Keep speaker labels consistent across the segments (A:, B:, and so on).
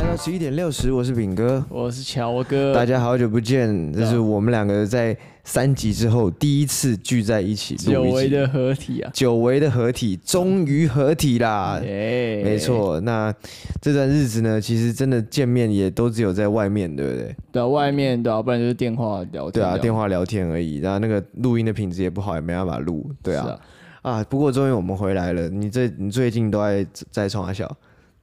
A: 到十一点六十，我是炳哥。
B: 我是乔哥，
A: 大家好久不见，这是
B: 呃对啊
A: 我们两个在三集之后第一次聚在一起
B: 久
A: 录一
B: 违
A: 集，
B: 的合体 啊！
A: 久违的合体，终于合体啦！
B: 哎
A: 没，错，那这段日子呢，其实真的见面也都只有在外面，对不对？
B: 对啊，外面对啊，不然就是电话聊天。
A: 对啊，电
B: 话
A: 话聊天而已，然后那个录音的品质也不好，也没办法录。对
B: 是
A: 啊，
B: 啊，
A: 啊，不过终于我们回来了。你这你最近都在在冲啊笑，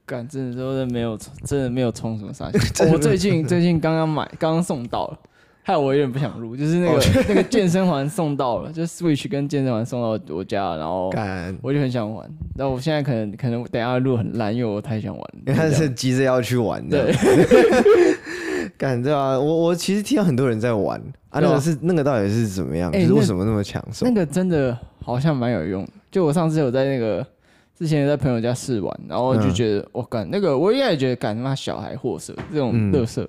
B: 干真的真的没有，真的没有冲什 么啥。哦我最近最近刚刚买，刚刚送到了，害我有点不 想录，就是
A: 哦
B: 那个那个健身环送到了，就 Switch 跟健身环送到我家，然后
A: 干，
B: 我就很想玩，但我现在可能可能等一下录很烂，因为我太想玩了。
A: 因为他
B: 就这
A: 是
B: 样
A: 急着要去玩的
B: 对。
A: 干对啊，我我其实听到很多人在玩啊，
B: 对
A: 那
B: 啊
A: 个是那个到底是怎么样？
B: 哎
A: 就是
B: 那
A: 为什么那么抢手
B: 那？个真的好像蛮有用的。就我上次有在那个之前有在朋友家试玩，然后就觉得我干、那个，我一开始觉得干他妈小孩货色这种
A: 嗯
B: 乐色，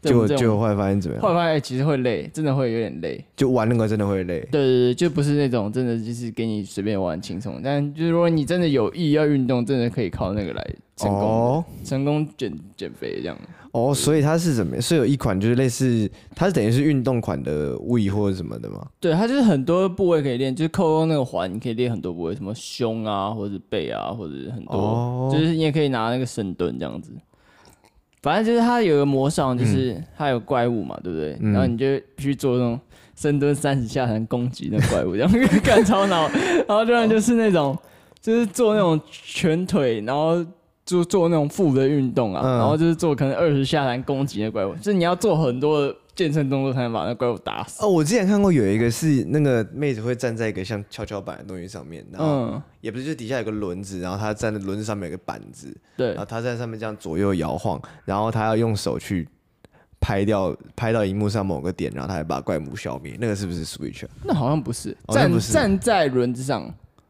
B: 这
A: 就
B: 种这
A: 就
B: 种
A: 后来发现怎么样？
B: 后来发现其实会累，真的会有点累。
A: 就玩那个真的会累。
B: 对对对，就不是那种真的就是给你随便玩轻松，但就是如果你真的有意要运动，真的可以靠那个来成功、
A: 哦
B: 成功减减肥这样。
A: 哦，所以它是怎么样？是有一款就是类似，它是等于是运动款的 We 或者什么的嘛？
B: 对，它就是很多部位可以练，就是扣动那个环，你可以练很多部位，什么胸啊，或者是背啊，或者是很多，
A: 哦
B: 就是你也可以拿那个深蹲这样子。反正就是它有个魔上，就是它有怪物嘛，对不对？
A: 嗯
B: 然后你就必须做那种深蹲三十下才能攻击那怪物，这样 干超脑。然后不然就是那种，就是做那种全腿，然后就做那种腹的运动啊，
A: 嗯
B: 然后就是做可能二十下才能攻击那怪物，就是你要做很多的健身动作才能把那怪物打死。
A: 哦，我之前看过有一个是那个妹子会站在一个像跷跷板的东西上面，然后
B: 嗯，
A: 也不是就底下有个轮子，然后她站在轮子上面有个板子，
B: 对
A: 然后，她在上面这样左右摇晃，然后她要用手去拍掉拍到荧幕上某个点，然后她还把怪物消灭。那个是不是 Switch？、啊、
B: 那好像不是，
A: 哦那
B: 站
A: 不是
B: 站在轮子上，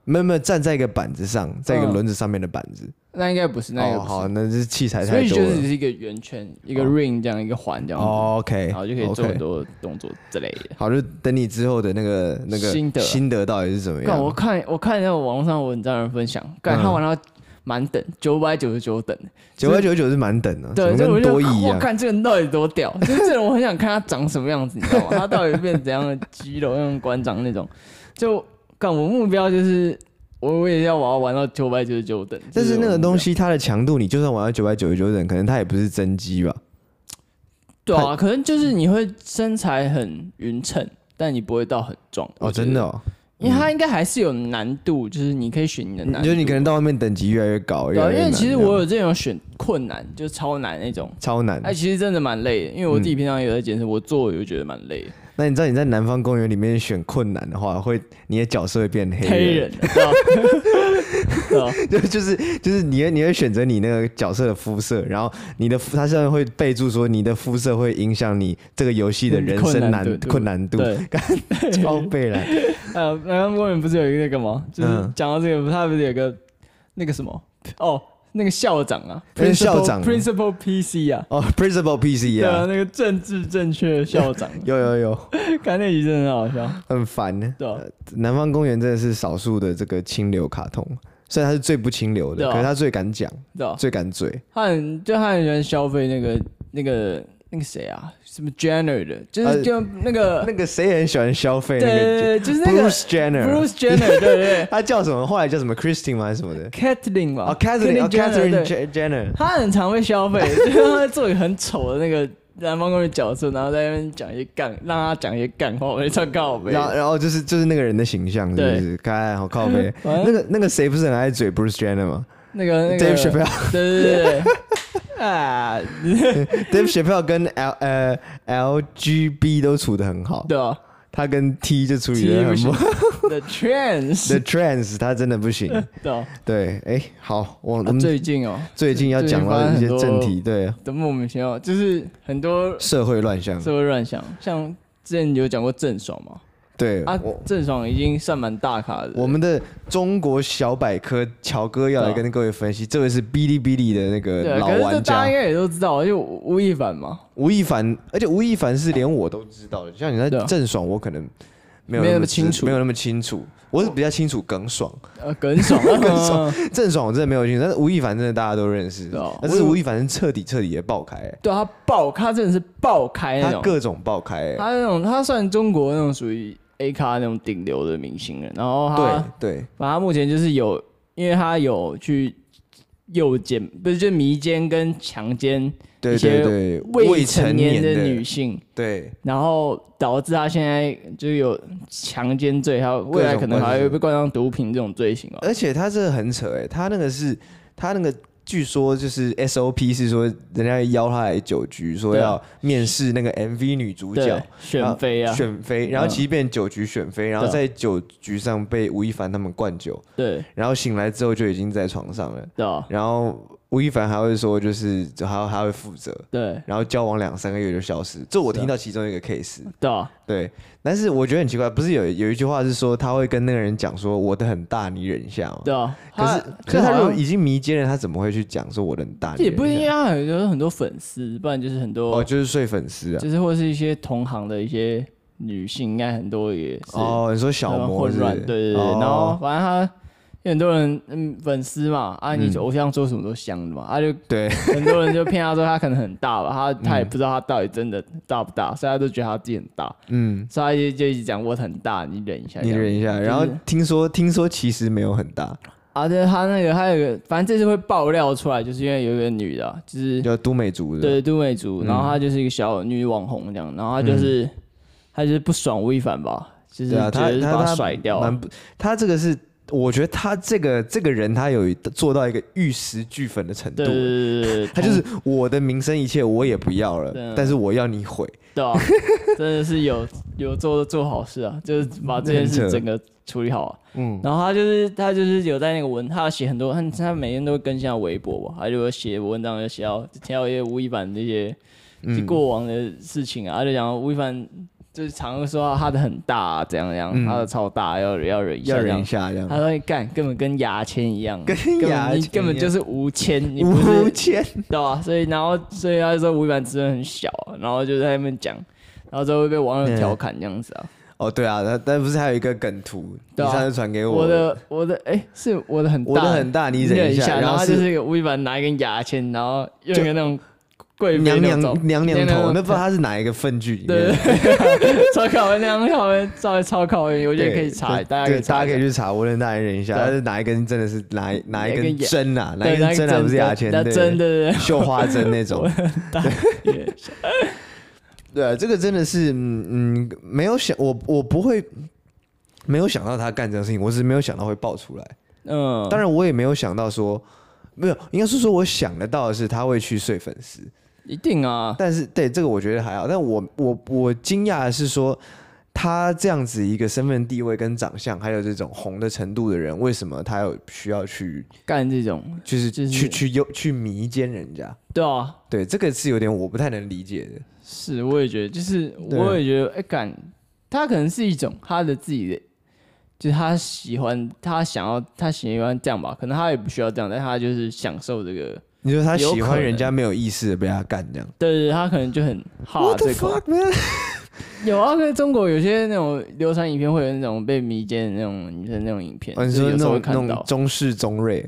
A: 没有没有，站在一个板子上，在一个
B: 嗯
A: 轮子上面的板子。
B: 那应该不是，那应该
A: 哦，
B: 不
A: 好，
B: 是。
A: 那是器材
B: 所
A: 太
B: 以
A: 多
B: 就是只
A: 了。
B: 是一个圆圈，一个
A: 哦
B: ring 这样一个环这样子，
A: 哦 OK，
B: 然后就可以做
A: OK
B: 很多动作之类的。
A: 好，就等你之后的那个那个
B: 心得啊
A: 心得到底是怎么
B: 干，我
A: 样？
B: 看我看那个网络上文章有人分享，干
A: 啊嗯
B: 他玩到满等九百九十九等，
A: 九百九九是满等的，
B: 对，
A: 怎
B: 所以
A: 么
B: 我
A: 跟
B: 就
A: 多一
B: 我
A: 样。
B: 看这个人到底多屌，就是这人我很想看他长什么样子，你知道吗？他到底变怎样的肌肉，那 种馆长那种，就干我目标就是我我也要我要玩到九百九十九等，
A: 但是那个东
B: 西。
A: 西它的强度，你就算玩到九百九十九等，可能它也不是真机吧？
B: 对啊，可能就是你会身材很匀称，但你不会到很壮。
A: 哦，
B: 我觉得
A: 真的，哦，
B: 因为它应该还是有难度，就是你可以选你的
A: 你
B: 难
A: 就
B: 度。
A: 是你可能到外面等级越来越高，
B: 对
A: 越
B: 啊，
A: 来越
B: 因为
A: 难
B: 其实
A: 这样
B: 我有这种选困难，就是超难那种。
A: 超难
B: 哎，。其实真的蛮累的，因为我自己
A: 嗯
B: 平常也有在健身，我做我就觉得蛮累的。
A: 那你知道你在南方公园里面选困难的话，会你的角色会变黑
B: 黑人，对吧对啊？
A: 就就是就是你会你会选择你那个角色的肤色，然后你的肤它上面会备注说你的肤色会影响你这个游戏的人生难
B: 嗯
A: 困
B: 困
A: 难度，
B: 对，
A: 超背了。
B: 呃，南方公园不是有一个那个吗？就是
A: 嗯
B: 讲到这个，他不是有个那个什么？哦，那个校长啊
A: 那个校长
B: ，Principal PC 啊，
A: 哦，Principal PC
B: 对啊，
A: 啊，
B: 那个政治正确的 校长，
A: 有有有，
B: 看那集真的很好笑，
A: 很烦。
B: 对啊
A: 南方公园真的是少数的这个清流卡通，虽然它是最不清流的，
B: 对啊啊
A: 可是它最敢讲，
B: 对吧？
A: 最敢嘴。
B: 他很就他很喜欢消费那个那个那个谁啊，什么 Jenner 的，就
A: 呃
B: 是就那个、
A: 那个谁也很喜欢消费
B: 对
A: 那
B: 对
A: 个
B: 对，就是那个
A: Bruce Jenner，
B: Bruce Jenner，对对
A: 他叫什么？后来叫什么 Christine 吗？还是什么的？
B: 对，Caitlyn 嘛
A: 哦，Catherine，哦
B: 啊 Jenner，
A: ，Catherine
B: 对
A: Je- Jenner。
B: 他很常会消费， 就是他会做一个很丑的那个南方公园角色，然后在那边讲一些干，让他讲一些干话，我就唱告白。
A: 然后，然后就是就是那个人的形象，是不是？看好靠 背，那个那个谁不是很爱嘴 Bruce Jenner 吗
B: 那个哎那个
A: ？Dave Chappelle，
B: 对对对对， 啊，
A: Dave Chappelle 跟 L 呃 LGB 都处的很好，
B: 对啊
A: 他跟 T 就处理的
B: ，T 不
A: 很
B: 行
A: 不 好。
B: ，The Trans，
A: The Trans 他真的不行。
B: 对啊。
A: 对，哎，好，我我
B: 啊
A: 们
B: 最近哦，
A: 最近要讲到一些正题，对
B: 都莫名其妙，就是很多
A: 社会乱象，
B: 社会乱象，像之前有讲过郑爽嘛，
A: 对
B: 啊
A: 我，
B: 郑爽已经算蛮大咖的，
A: 我们的中国小百科乔哥要来跟各位分析，这位是哔哩哔哩的那
B: 啊对
A: 个
B: 啊，
A: 老
B: 可是这
A: 玩
B: 大
A: 家
B: 家应该也都知道，啊就吴亦凡嘛，
A: 吴亦凡，而且吴亦凡是连我都知道的，像你在
B: 对啊
A: 郑爽，我可能没有
B: 没
A: 那
B: 有那
A: 么
B: 么
A: 知
B: 清楚
A: 没有那么清楚。我是比较清楚耿爽，
B: 呃，耿爽， 耿爽，
A: 郑爽我真的没有清楚，但是吴亦凡真的大家都认识
B: 是哦，
A: 但是吴亦凡是彻底彻底的爆开、欸
B: 对啊他爆，他真的是爆开那
A: 他
B: 种，
A: 各种爆开、欸
B: 他那种他算中国那种属于 A 咖那种顶流的明星了，然后他，
A: 对对，
B: 反正他目前就是有，因为他有去诱奸，不是就迷奸跟强奸
A: 对
B: 一些
A: 对对，
B: 未
A: 成
B: 成
A: 年
B: 年的女性，
A: 对
B: 然后导致他现在就有强奸罪，还有未来可能还会被冠上毒品这种罪行哦。
A: 而且他这个很扯哎、他那个是他那个据说就是 SOP 是说人家邀他来酒局，说
B: 对啊
A: 要面试那个 MV 女主角
B: 对，，选妃啊，
A: 选妃，然后其实变酒局选妃，然后
B: 对啊
A: 在酒局上被吴亦凡他们灌酒，
B: 对
A: 然后醒来之后就已经在床上了，
B: 对啊
A: 然后吴亦凡还会说就是还还会负责。
B: 对
A: 然后交往两三个月就消失，这我
B: 是啊
A: 听到其中一个 case。
B: 对啊，
A: 对，但是我觉得很奇怪，不是有有一句话是说他会跟那个人讲说我的很大，你忍一下哦吗？
B: 对啊。
A: 可是，可是
B: 好
A: 他如
B: 像
A: 果已经迷奸了，他怎么会去讲说我的很大？
B: 这也不
A: 你忍
B: 是因
A: 一
B: 为
A: 下
B: 他很有很多粉丝，不然就是很多，
A: 哦，就是睡粉丝啊。
B: 就是或是一些同行的一些女性，应该很多也是
A: 哦，你说小
B: 很
A: 魔
B: 混
A: 是不
B: 乱，
A: 是
B: 对对对。
A: 哦
B: 然后反正他有很多人，嗯，粉丝嘛，啊，
A: 嗯
B: 你偶像说什么都香的嘛，啊他就
A: 对
B: 很多人就骗他说他可能很大吧，他他也不知道他到底真的大不大，所以他都觉得他自己很大，
A: 嗯，
B: 所以他就就一直讲我很大，你忍一下，
A: 你
B: 这样
A: 忍一下。然后听说听说其实没有很大，
B: 啊，对，他那个还有一个，反正这次会爆料出来，就是因为有一个女的啊，就是
A: 叫都美竹的。
B: 对都美竹，
A: 嗯
B: 然后她就是一个小女网红这样，然后她就是、她就是不爽吴亦凡吧，就是
A: 对啊，
B: 觉
A: 他
B: 得
A: 他
B: 把
A: 他
B: 甩掉
A: 蛮
B: 了，
A: 不，他这个是我觉得他这个这个人他有做到一个玉石俱焚的程度
B: 对。对对 对对，
A: 他就是我的名声一切我也不要
B: 对啊
A: 了，但是我要你毁。
B: 对啊， 真的是有有做做好事啊，就是把这件事整个处理好啊。嗯，然后他就是他就是有在那个文，他有写很多，他他每天都会更新他微博吧，他就有写文章，有写到提到一些吴亦凡的一些
A: 嗯
B: 就过往的事情啊，他就讲吴亦凡就是常常说他的很大、啊、怎样怎样，他的超大要要忍一下
A: 嗯要
B: 这
A: 忍
B: 样
A: 一。下这样
B: 他，说你干根本跟牙签一样，
A: 跟
B: 根本
A: 牙签
B: 你根本
A: 一样
B: 就是无签，你不是
A: 无间
B: 对吧、所以然后所以他就说吴亦凡真的很小啊、然后就在那边讲，然后之后会被网友调侃这样子啊。
A: 哦，对啊，他但不是还有一个梗图，你
B: 对啊
A: 上次传给我
B: 我的我的哎、是我的很大，
A: 我的很大，你忍一
B: 一
A: 下，
B: 然
A: 后
B: 后
A: 是
B: 就是一个吴亦凡拿一根牙签，然后用一个那种贵妃
A: 娘
B: 那
A: 娘
B: 种
A: 娘娘头，那不知道
B: 不
A: 他是哪一个粪剧里
B: 对
A: 面。
B: 超靠边，娘娘靠边，稍微超靠边，我觉
A: 对
B: 得可以查，
A: 对
B: 大家可以查
A: 大
B: 一
A: 家
B: 下
A: 可以去查，我忍大人忍一下，
B: 对
A: 但是哪一根真的是哪一哪一
B: 哪一
A: 根
B: 根牙
A: 针啊？哪
B: 对
A: 一
B: 拿
A: 根
B: 一
A: 针啊？不是牙签，
B: 那
A: 对
B: 真 的
A: 绣花针那 种。
B: 对，
A: 对啊，这个真的是，嗯嗯，没有想我我不会。没有想到他干这种事情，我只是没有想到会爆出来。
B: 嗯，
A: 当然，我也没有想到说，没有，应该是说我想得到的是他会去睡粉丝，
B: 一定啊，
A: 但是对这个我觉得还好，但我我我惊讶的是说，他这样子一个身份地位跟长相，还有这种红的程度的人，为什么他有需要去
B: 干这种，
A: 就是
B: 就是
A: 去去诱去迷奸人家？
B: 对啊，
A: 对，这个是有点我不太能理解的。
B: 是，我也觉得，就是
A: 对
B: 我也觉得，哎、感他可能是一种他的自己的，就是他喜欢，他想要，他喜欢这样吧，可能他也不需要这样，但他就是享受这个，
A: 你说他喜
B: 有可
A: 欢
B: 能
A: 人家没有意识的被他干这样
B: 对对，对他可能就很哈
A: ，What the
B: 这口。
A: fuck man？
B: 有啊，跟中国有些那种流传影片会有那种被迷奸的那种女生那种影片，
A: 哦你
B: 就是
A: 说那
B: 有时
A: 种
B: 候会
A: 那
B: 看
A: 种
B: 到，
A: 中式中瑞，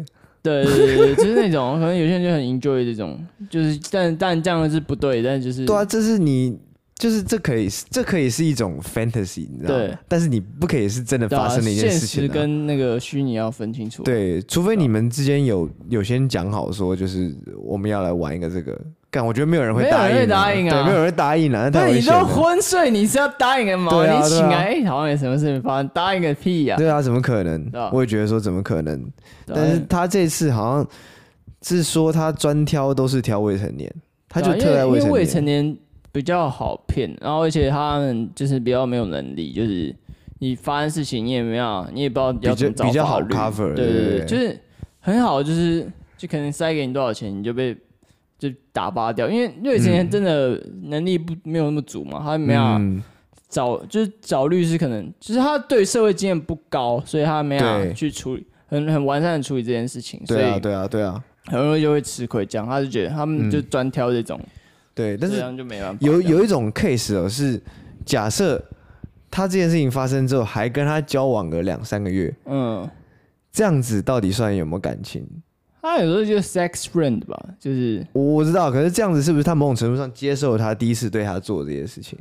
B: 对对对对，就是那种，可能有些人就很 enjoy 这种，就是但但这样是不对，但就是
A: 对啊，这是你。就是这可以，这可以是一种 fantasy，你知道
B: 对
A: 吗？但是你不可以是真的
B: 对啊
A: 发生的一件
B: 现
A: 事情、啊。
B: 实跟啊那个虚拟要分清楚，
A: 对，除非你们之间有有先讲好说，就是我们要来玩一个这个，干，我觉得没有人会
B: 没有
A: 答
B: 人
A: 应、
B: 会答应啊
A: 对，没有人会答应啊，那
B: 那
A: 太危
B: 你
A: 险
B: 都
A: 了。
B: 昏睡，你是要答应个毛？
A: 对啊
B: 你醒
A: 对啊
B: 来，哎、好像有什么事情发生，答应个屁呀、
A: 对啊，怎么可能
B: 对啊？
A: 我也觉得说怎么可能？
B: 对啊
A: 但是他这次好像是说他专挑都是挑未成年，他就
B: 对啊
A: 特爱
B: 因为因为未
A: 成
B: 成
A: 年。
B: 年比较好骗，然后而且他们就是比较没有能力，就是你发生事情你也没有，你也不知道要怎么找
A: 比较
B: 法
A: 好
B: 律
A: cover，
B: 对
A: 对
B: 对
A: 对
B: 对，就是很好，就是就可能塞给你多少钱，你就被就打发掉，因为未成年真的能力不没有那么足嘛，他没有、啊
A: 嗯，
B: 找就是找律师，可能就是他对社会经验不高，所以他没
A: 对
B: 有去处理很很完善的处理这件事情，所
A: 对
B: 以
A: 啊，对啊，对啊，
B: 很容易就会吃亏。这样他就觉得他们就专挑这种，
A: 对。但
B: 这
A: 是
B: 样就没办法。
A: 有
B: 这样
A: 有一种 case 哦，是假设他这件事情发生之后，还跟他交往个两三个月，
B: 嗯，
A: 这样子到底算有没有感情？
B: 他有时候就是 sex friend 吧，就是
A: 我我知道，可是这样子是不是他某种程度上接受他第一次对他做这些事情？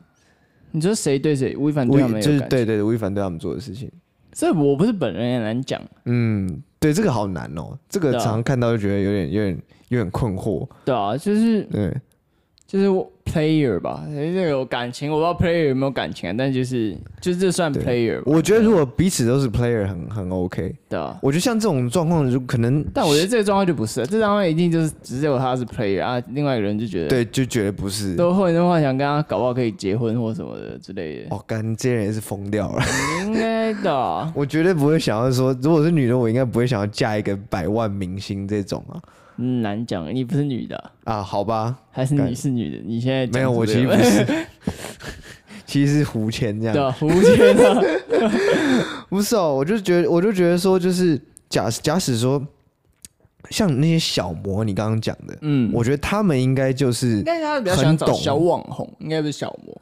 B: 你说谁对谁，吴亦凡
A: 吴
B: 对
A: 亦
B: 他们
A: 就
B: 有
A: 是
B: 感情，
A: 对对对，吴亦凡对他们做的事情。
B: 这我不是本人也难讲，
A: 嗯，对，这个好难哦，这个
B: 对啊
A: 常常看到就觉得有点有点有点困惑。
B: 对啊，就是
A: 对，
B: 就是 player 吧，这个有感情，我不知道 player 有没有感情啊，但就是就是这算
A: 对
B: player，吧
A: 我觉得如果彼此都是 player 很很 OK。
B: 对啊，
A: 我觉得像这种状况，就可能
B: 但我觉得这个状况就不是了，这状况一定就是只有他是 player 啊，另外一个人就觉得
A: 对就觉得不是。
B: 都后面的话想跟他搞不好可以结婚或什么的之类的，
A: 哦，干，这些人也是疯掉了。
B: 应该 的啊。
A: 我绝对不会想要说，如果是女的，我应该不会想要嫁一个百万明星这种啊。
B: 嗯难讲，你不是女的啊、
A: 啊，好吧，
B: 还是
A: 干
B: 你是女的？你现在哎讲
A: 没有，
B: 出
A: 我
B: 这
A: 其实
B: 个
A: 不 是，其实是胡钱这
B: 对
A: 样。
B: 啊，胡天啊，
A: 不是哦，我就觉得，我就觉得说，就是假假使说，像那些小模，你刚刚讲的，
B: 嗯，
A: 我觉得他们应该就是
B: 应该他比较
A: 很
B: 想找
A: 懂
B: 小网红，应该不是小模，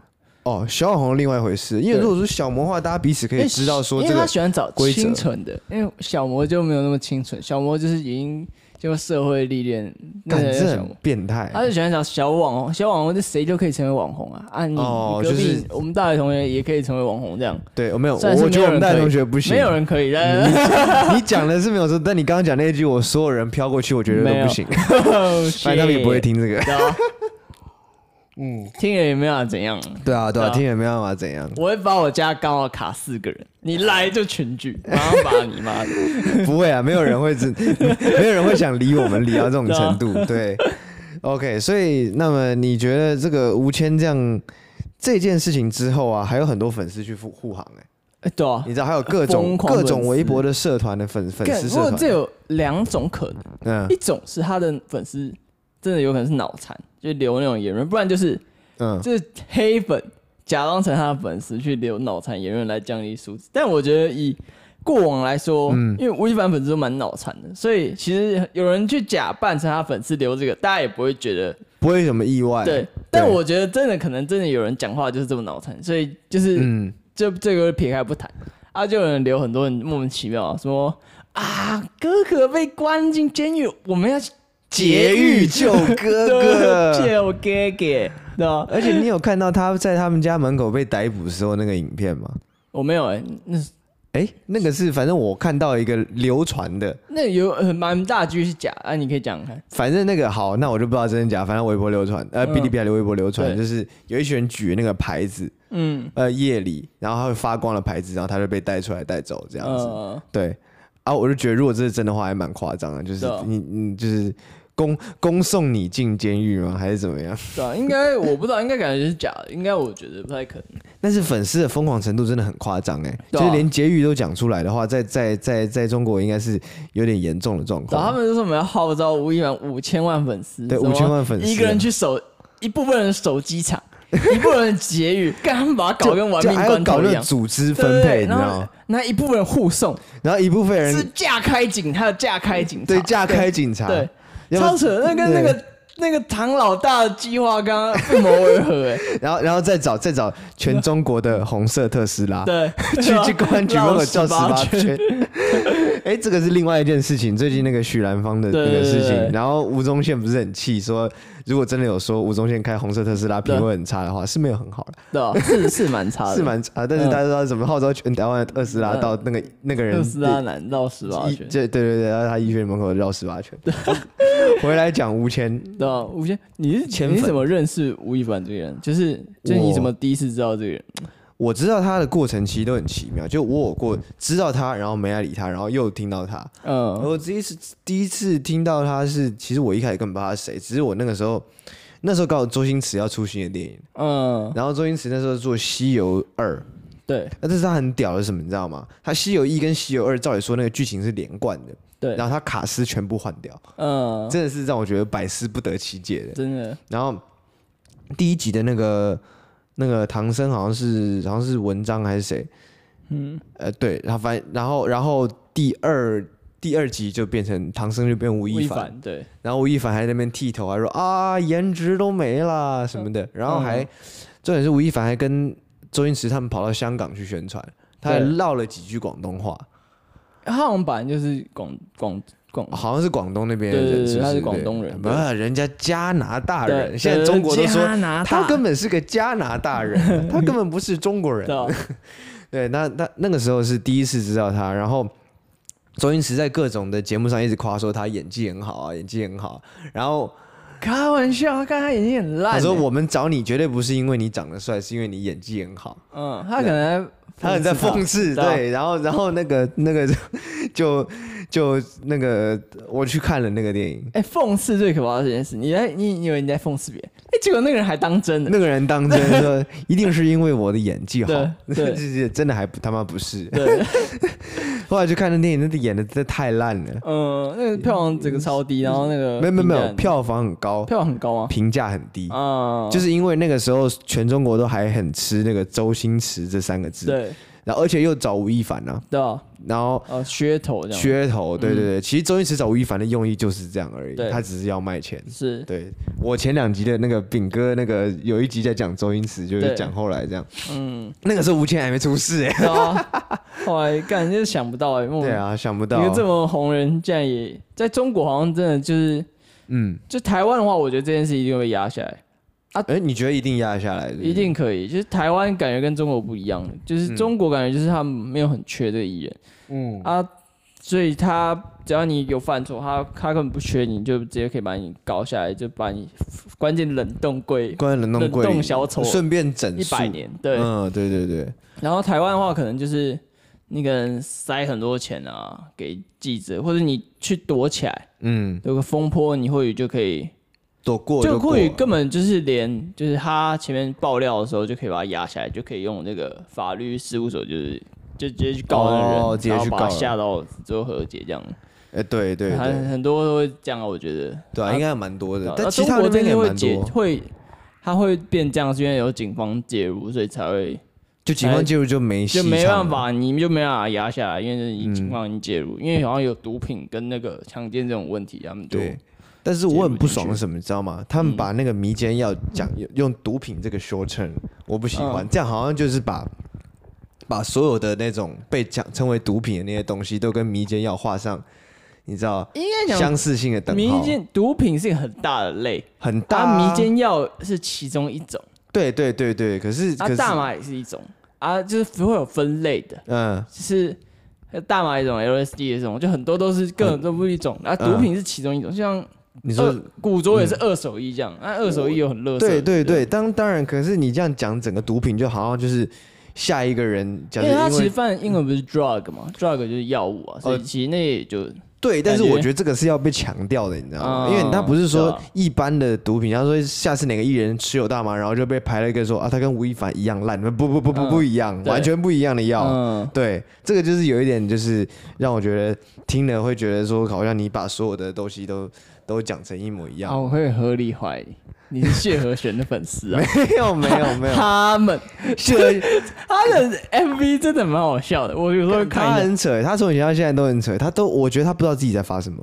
A: 哦，小网红另外一回事。因为
B: 对
A: 如果说小模的话，大家彼此可
B: 因
A: 以
B: 为
A: 知道说
B: 因
A: 这
B: 为他
A: 个
B: 喜欢找
A: 规则
B: 清纯的，因为小模就没有那么清纯，小模就是已经就社会历练，那
A: 感
B: 个
A: 觉
B: 叫小
A: 很
B: 模。啊
A: 变态。
B: 他就喜欢找小网红，小网红就谁就可以成为网红啊！啊你，
A: 哦
B: 你隔壁
A: 就是
B: 我们大学同学也可以成为网红，这样
A: 对，我没有，
B: 虽然是
A: 我觉得我们
B: 没有
A: 大学
B: 人可以
A: 同学不行，嗯
B: 没有人可以。但
A: 你讲的是没有错，但你刚刚讲那一句，我所有人飘过去，我觉得
B: 没
A: 都
B: 有
A: 不行，
B: 反
A: 反正他们也不会，听这个。
B: 对 啊嗯，听了也没办法怎样。
A: 对啊，对啊，
B: 对啊
A: 听也没办法怎 样，
B: 我会把我家刚好卡四个人，你来就群聚，然后把你妈的。
A: 不会啊，没有人会真， 没有人会想理我们理到这种程度。
B: 啊
A: 对，OK，所以那么你觉得这个吴谦这样这件事情之后啊，还有很多粉丝去护护航哎、
B: 哎对啊
A: 你，知道还有各种
B: 疯狂粉
A: 各
B: 丝
A: 种微博的社团的粉粉
B: 干
A: 丝
B: 不
A: 社
B: 过这
A: 团，
B: 有两种可能，
A: 嗯
B: 一种是他的粉丝真的有可能是脑残，就留那种言论；不然就是
A: 嗯，
B: 就是黑粉假装成他的粉丝去留脑残言论来降低素质。但我觉得以过往来说，
A: 嗯
B: 因为吴亦凡粉丝都蛮脑残的，所以其实有人去假扮成他粉丝留这个，大家也不会觉得
A: 不会有什么意外。
B: 对。但我觉得真的可能真的有人讲话就是这么脑残，所以就是
A: 嗯，
B: 这这个撇开不谈，啊，就有人留很多人莫名其妙说啊，哥哥被关进监狱，我们要
A: 劫狱救 哥哥。
B: 救哥哥，对啊吧？
A: 而且你有看到他在他们家门口被逮捕时候那个影片吗？
B: 我没有哎、那
A: 哎、那个是反正我看到一个流传的，
B: 那有很蛮大句是假的啊，你可以讲讲看，
A: 反正那个好，那我就不知道真的假，反正微博流传，呃，
B: 嗯
A: 哔哩哔哩微博流传，
B: 对
A: 就是有一群人举那个牌子，
B: 嗯，
A: 呃，夜里，然后它会发光的牌子，然后他就被带出来带走这样子，
B: 呃，
A: 对。啊，我就觉得如果这是真的话，还蛮夸张的，就是
B: 对啊
A: 你你就是恭恭送你进监狱吗？还是怎么样？
B: 对啊，应该我不知道，应该感觉是假的，应该我觉得不太可能，
A: 但是粉丝的疯狂程度真的很夸张哎，
B: 对
A: 就
B: 啊
A: 是连劫狱都讲出来的话，在在在在中国应该是有点严重的状
B: 然
A: 况
B: 后啊他。们就说我们要号召吴亦凡五千万粉丝，
A: 啊对
B: 什么
A: 5000万粉丝
B: 一个人去守一部分人守机场，一部分人劫狱， 干他们把他搞跟玩
A: 就
B: 命
A: 还要
B: 关
A: 搞
B: 头一
A: 那种
B: 样。
A: 组织
B: 对
A: 分
B: 对
A: 配，
B: 对
A: 你知
B: 然
A: 道
B: 后
A: 吗？
B: 那一部分人护送
A: 然后一部分
B: 是
A: 人
B: 架开警，他的架开警察，
A: 对架开警察，
B: 对，
A: 要不
B: 超扯，那跟
A: 对
B: 那个那个唐老大的计划刚刚不谋而合 哎，
A: 然后然后再找再找全中国的红色特斯拉，
B: 对，
A: 去去公安局门口叫十
B: 绕
A: 八
B: 18圈，
A: 圈。 哎，这个是另外一件事情，最近那个许兰芳的那个事
B: 对对对
A: 情，
B: 对
A: 然后吴宗宪不是很气，说如果真的有说吴宗宪开红色特斯拉品味很差的话，是没有很好了。
B: 对啊，是是蛮差的，
A: 是蛮差，但是
B: 嗯
A: 大家知道怎么号召全台湾的特斯拉
B: 嗯
A: 到那个那个人
B: 特斯拉
A: 的
B: 男绕十八
A: 医
B: 圈，
A: 对对对对，到他医院门口绕十八圈。 回来讲吴谦，
B: 对啊，吴先，你是
A: 前
B: 你
A: 粉
B: 怎么认识吴亦凡这个人？就是就是
A: 我
B: 你怎么第一次知道这个人？
A: 我知道他的过程其实都很奇妙，就我有过知道他，然后没来理他，然后又听到他。
B: 嗯
A: 我第一次第一次听到他是，其实我一开始根本不知道他是谁，只是我那个时候那时候刚好周星驰要出新的电影，
B: 嗯，
A: 然后周星驰那时候做《西游二》，
B: 对
A: 那这是他很屌的是什么，你知道吗？他《西游一》跟《西游二》照理说那个剧情是连贯的，
B: 对
A: 然，后他卡斯全部换掉，
B: 嗯，
A: 真的是让我觉得百思不得其解的。
B: 真的，
A: 然后第一集的那个那个唐僧好像是好像是文章还是谁，嗯，呃，对，他反然后然后第二第二集就变成唐僧就变吴
B: 吴
A: 亦
B: 亦
A: 凡，
B: 凡，对，
A: 然后吴亦凡还在那边剃头，
B: 嗯
A: 还说啊颜值都没啦什么的，然后还、重点是吴亦凡还跟。周星驰他们跑到香港去宣传，他还
B: 对
A: 唠了几句广东话，
B: 他好像本来就是广广广，
A: 好像是广东那边的
B: 对嗯对
A: 人，
B: 对
A: 是不
B: 他
A: 是
B: 是广东人
A: 不，
B: 对
A: 人家加拿大
B: 对
A: 人，
B: 对
A: 现在中国都说
B: 加拿大
A: 他根本是个加拿大 人，他根本不是中国人
B: 对。啊
A: 对，那那那个时候是第一次知道他，然后周星驰在各种的节目上一直夸说他演技很好啊，演技很好。然后
B: 开玩笑，他看他眼睛很烂欸。
A: 他说：“我们找你绝对不是因为你长得帅，是因为你演技很 好。
B: 嗯，他可能”
A: 他很在讽刺，
B: 对啊
A: 对。然后然后那个那个就就那个我去看了那个电影，
B: 哎，讽刺最可怕的这件事，你在你你以为你在讽刺别人，哎，结果那个人还当真 了。
A: 那个人当真说：“一定是因为我的演技好。
B: 对对”
A: 真的还不他妈不是。
B: 对，
A: 后来去看那电影，那演的真的太烂了，
B: 嗯，那个票房整个超低，然后那个
A: 嗯没有没有没
B: 评价
A: 有，
B: 很
A: 票房很高，
B: 呃票房很高吗？
A: 评价很低。
B: 啊，
A: 就是因为那个时候全中国都还很吃那个周星驰这三个字，
B: 对
A: 然后而且又找吴亦凡呢、
B: 对啊，
A: 然后
B: 呃，噱头这样嗯
A: 噱头，对对对，其实周星驰找吴亦凡的用意就是这样而已，
B: 对
A: 他只是要卖钱。
B: 是
A: 对我前两集的那个炳哥那个有一集在讲周星驰，就是
B: 对
A: 讲后来这样，
B: 嗯，
A: 那个时候吴倩还没出事哎、
B: 对啊，后来干就是想不到哎，
A: 对
B: 对，
A: 啊，想不到
B: 一，个这么红人竟然也在中国好像真的就是
A: 嗯，
B: 就台湾的话，我觉得这件事一定会被压下来。
A: 哎、你觉得一定压得下来是不是
B: 啊一定可以。就是台湾感觉跟中国不一样，
A: 嗯
B: 就是中国感觉就是他们没有很缺这个艺人，嗯啊，所以他只要你有犯错，他他根本不缺你，就直接可以把你搞下来，就把你关键冷冻柜
A: 关于冷冻柜
B: 冷
A: 里
B: 冻小丑
A: 顺便整
B: 一
A: 数
B: 百，年。对，
A: 嗯，对对对，
B: 然后台湾的话，可能就是你可能塞很多钱啊给记者，或者你去躲起来，
A: 嗯，
B: 有个风波，你或许就可以。
A: 躲过
B: 就
A: 过
B: 库宇
A: 了
B: 根本就是连，就是他前面爆料的时候就可以把他压下来，就可以用那个法律事务所就是就直接去告那个人，
A: 哦直接
B: 然
A: 去
B: 后把他
A: 告了
B: 吓到最后和解这样。
A: 哎、对对对
B: 很很多都会这样啊，我觉得。
A: 对啊，应该还蛮多的，但
B: 啊
A: 其
B: 中
A: 他
B: 国
A: 那边
B: 这
A: 也
B: 边会
A: 蛮
B: 解
A: 多，
B: 会，他会变这样是因为有警方介入，所以才会
A: 就警方介入就没戏
B: 就没
A: 唱
B: 办
A: 了，
B: 法，你就没办法压下来，因为你警方已经介
A: 嗯
B: 入，因为好像有毒品跟那个强奸这种问题，他们就
A: 对。但是
B: 介入
A: 我很不
B: 进
A: 爽
B: 去
A: 的是什么，你知道吗？他
B: 嗯
A: 们把那个迷奸药讲用毒品这个 short term，我不喜
B: 嗯
A: 欢，这样好像就是把把所有的那种被讲称为毒品的那些东西都跟迷奸药画上，你知道
B: 应该讲
A: 相似性的等
B: 迷
A: 号，
B: 奸毒品是一个很大的类。
A: 很大
B: 啊，
A: 啊
B: 迷，奸药是其中一种，
A: 对对对对，可是可
B: 啊，
A: 是
B: 大麻也是一种，啊，就是会有分类的，
A: 嗯
B: 就是大麻一种，LSD 一种，就很多都是各种都不一种，啊，
A: 嗯
B: 毒品是其中一种，就像
A: 你
B: 二
A: 说。嗯
B: 古着也是二手衣这样，那二手衣有很乐色，
A: 对对，对，当当然，可是你这样讲整个毒品，就好像就是下一个人，假
B: 因
A: 设
B: 为它
A: 因
B: 其
A: 为哦
B: 实翻译英文不是 drug 嘛，drug 就是药物啊，所以其实那也就
A: 对，但是
B: 感觉
A: 我觉得这个是要被强调的，你知道吗？
B: 嗯
A: 因为他不是
B: 对
A: 说
B: 啊
A: 一般的毒品，他说下次哪个艺人持有大麻，然后就被排了一个说啊，他跟吴亦凡一样烂，不不不不
B: 嗯
A: 不一样，
B: 对
A: 完全不一样的药。
B: 嗯，
A: 对，这个就是有一点，就是让我觉得听了会觉得说，好像你把所有的东西都都讲成一模一样
B: 啊，。我会合理怀疑你是谢和弦的粉丝啊，
A: 没有没有 没有，
B: 他们
A: 这
B: 他的 MV 真的蛮好笑的，我有时候会看一
A: 他
B: 下。
A: 很扯，他从以前到现在都很扯，他都我觉得他不知道自己在发什么。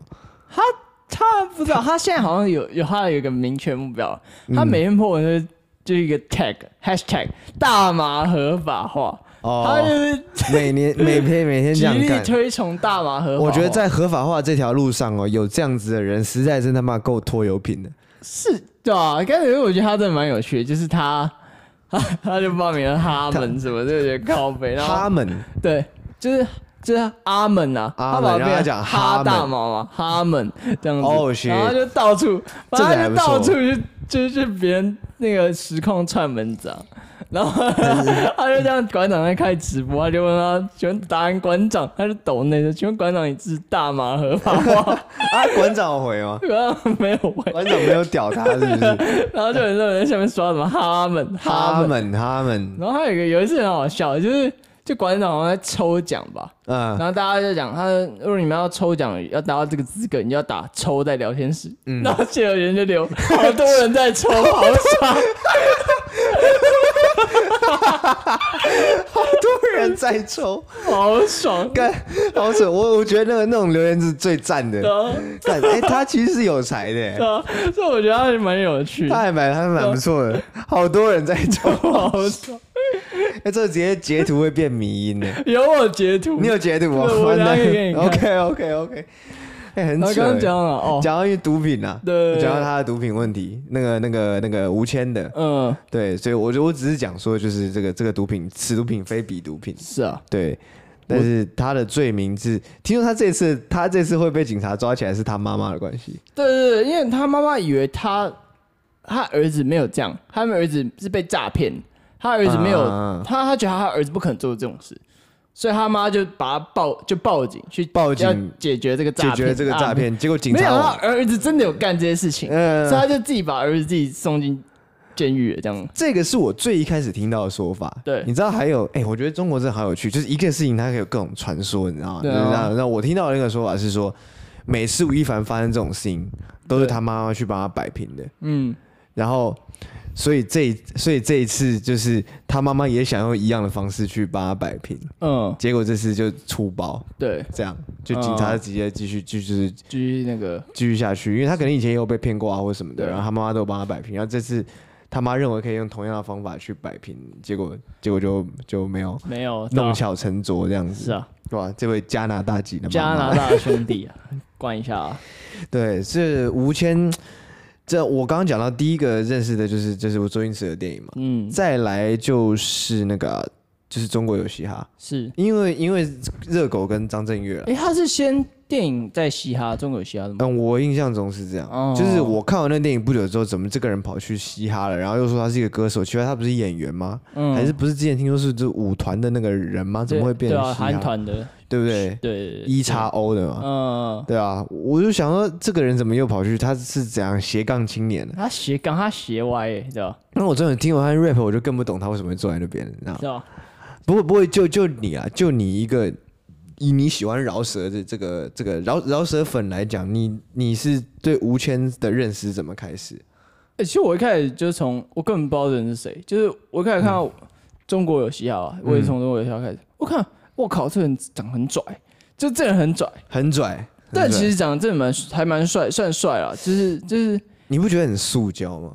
B: 他不知道，他现在好像有有他有一个明确目标，
A: 嗯
B: 他每天破文就是就是一个 tag hashtag 大麻合法化，他就
A: 哦，
B: 是
A: 每年每天每天这
B: 极
A: 样
B: 力
A: 干。
B: 推崇大麻合法化。
A: 我觉得在合法化这条路上哦，有这样子的人，实在是他妈够拖油瓶的。
B: 是对啊，刚才我觉得他真的蛮有趣的，就是他 他就报名了哈们什么，就觉得靠北，然
A: 他
B: 后
A: 们
B: 对，就是。就是阿门呐、
A: 阿
B: 他把
A: 门
B: 它
A: 然后
B: 变
A: 他
B: 成
A: 讲哈
B: 哈
A: 们
B: 大毛嘛，哈们这样子
A: 哦 shit
B: 然后他就到处，
A: 这个
B: 反
A: 还
B: 正
A: 不
B: 就
A: 错
B: 到处去，就是去别人那个实况串门子啊，然后
A: 嗯
B: 他就这样，馆长在开直播，他就问他，请问答案馆长，他就抖那个，请问馆长你是大麻合法 吗？？
A: 啊，馆长有回吗
B: 馆长没有回，
A: 馆长没有屌他是不 是？
B: 然后就有很多人在下面刷什么哈们哈
A: 他
B: 们，
A: 们他们，
B: 然后还有一个有一次很好笑，就是就馆长好像在抽奖吧，
A: 嗯
B: 然后大家就讲，他说如果你们要抽奖，要达到这个资格，你就要打抽在聊天室。
A: 嗯
B: 然后谢有人就留，好多人在抽，好爽。
A: 多人在抽，
B: 好爽。
A: 干好扯！我我觉得那个那种留言是最赞
B: 对
A: 的。
B: 啊，
A: 干哎，他其实是有才的
B: 对
A: 欸，
B: 啊，所以我觉得还蛮有趣
A: 他
B: 的，
A: 还蛮他还蛮不错的，好多人在抽。
B: 好爽。
A: 那哎这直接截图会变迷音的。
B: 有我截图，
A: 你有截图吗？
B: 对我等下可以给 你看
A: OK OK OK，哎、很
B: 然后
A: 扯
B: 刚刚
A: 欸
B: 讲了哦，
A: 讲到一毒品啊，
B: 对
A: 讲到他的毒品问题，那个、那个、那个吴谦的，
B: 嗯，
A: 对，所以我就我只是讲说，就是这个这个毒品，此毒品非彼毒品，
B: 是啊，
A: 对。但是他的罪名是，听说他这次他这次会被警察抓起来，是他妈妈的关系。
B: 对对对，因为他妈妈以为他他儿子没有这样，他们儿子是被诈骗，他儿子没有，
A: 啊
B: 他他觉得他儿子不可能做这种事，所以他妈就把他报就报警去
A: 报警
B: 要解决这个诈
A: 解
B: 骗，
A: 决这个诈
B: 啊。
A: 骗，结果警
B: 没有，
A: 察
B: 他
A: 往
B: 儿子真的有干这些事情，
A: 嗯
B: 所以他就自己把儿子自己送进监狱了，这样。
A: 这个是我最一开始听到的说法。
B: 对
A: 你知道还有，哎、我觉得中国真的好有趣，就是一件事情它可以有各种传说，你知道吗？
B: 对啊
A: 就是这样。那我听到的那个说法是说，每次吴亦凡发生这种事情，都是
B: 对
A: 他妈妈去帮他摆平的。
B: 嗯，
A: 然后，所以这所以这一次就是他妈妈也想用一样的方式去帮他摆平，
B: 嗯，
A: 结果这次就粗暴，
B: 对，
A: 这样就警
B: 啊
A: 察直接继续继续就是
B: 继续那个，
A: 继续下去，因为他可能以前也有被骗过啊或什么的，
B: 对
A: 然后他妈妈都有帮他摆平，然后这次他妈认为可以用同样的方法去摆平，结果结果就就没有
B: 没有对啊
A: 弄巧成拙这样子，
B: 是啊，
A: 哇，这位加拿大籍的
B: 加
A: 妈妈
B: 拿大的兄弟啊， 灌一下啊，
A: 对是吴谦，这我刚刚讲到第一个认识的就是就是我周星驰的电影嘛，
B: 嗯，
A: 再来就是那个啊就是中国有嘻哈，
B: 是，
A: 因为因为热狗跟张震岳啊，
B: 哎、他是先电影在嘻哈，中国有嘻哈的吗？
A: 嗯，我印象中是这样，
B: 哦
A: 就是我看完那电影不久之后，怎么这个人跑去嘻哈了，然后又说他是一个歌手，奇怪他不是演员吗？
B: 嗯
A: 还是不是之前听说是这舞团的那个人吗？怎么会变
B: 对
A: 成
B: 啊，
A: 嘻哈？
B: 韩团的，
A: 对不对
B: 对，
A: ？E 叉 O 的嘛，
B: 嗯，
A: 对啊，我就想说这个人怎么又跑去，他是怎样斜杠青年的？
B: 他斜杠，他斜歪、欸，知道
A: 那我真的听完他 rap，我就更不懂他为什么会坐在那边，你知道吗
B: 知？道？
A: 不过不会，就就你啊，就你一个以你喜欢饶舌的这个这个饶饶舌粉来讲，你你是对吴谦的认识怎么开始？
B: 欸其实我一开始就从我根本不知道这人是谁，就是我一开始看到
A: 嗯
B: 中国有嘻哈、啊，我也从中国有嘻哈开始，我看，我靠，这人长得很拽，就这人很拽，
A: 很拽，很
B: 但
A: 拽
B: 其实长得真的蛮还蛮帅，算帅啦，就是就是，
A: 你不觉得很塑胶吗？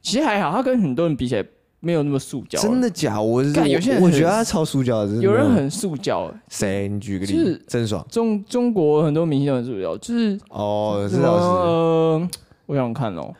B: 其实还好，他跟很多人比起来没有那么塑胶，啊
A: 真的假？我是
B: 干有些人
A: 我我
B: 很
A: 觉得他超塑胶的，真的
B: 有人很塑胶、欸
A: 谁？你举个例
B: 就是
A: 子，郑爽
B: 中中国很多明星都很塑胶，就是
A: 哦，
B: 什
A: 这
B: 么
A: 倒是。
B: 呃，我想看哦，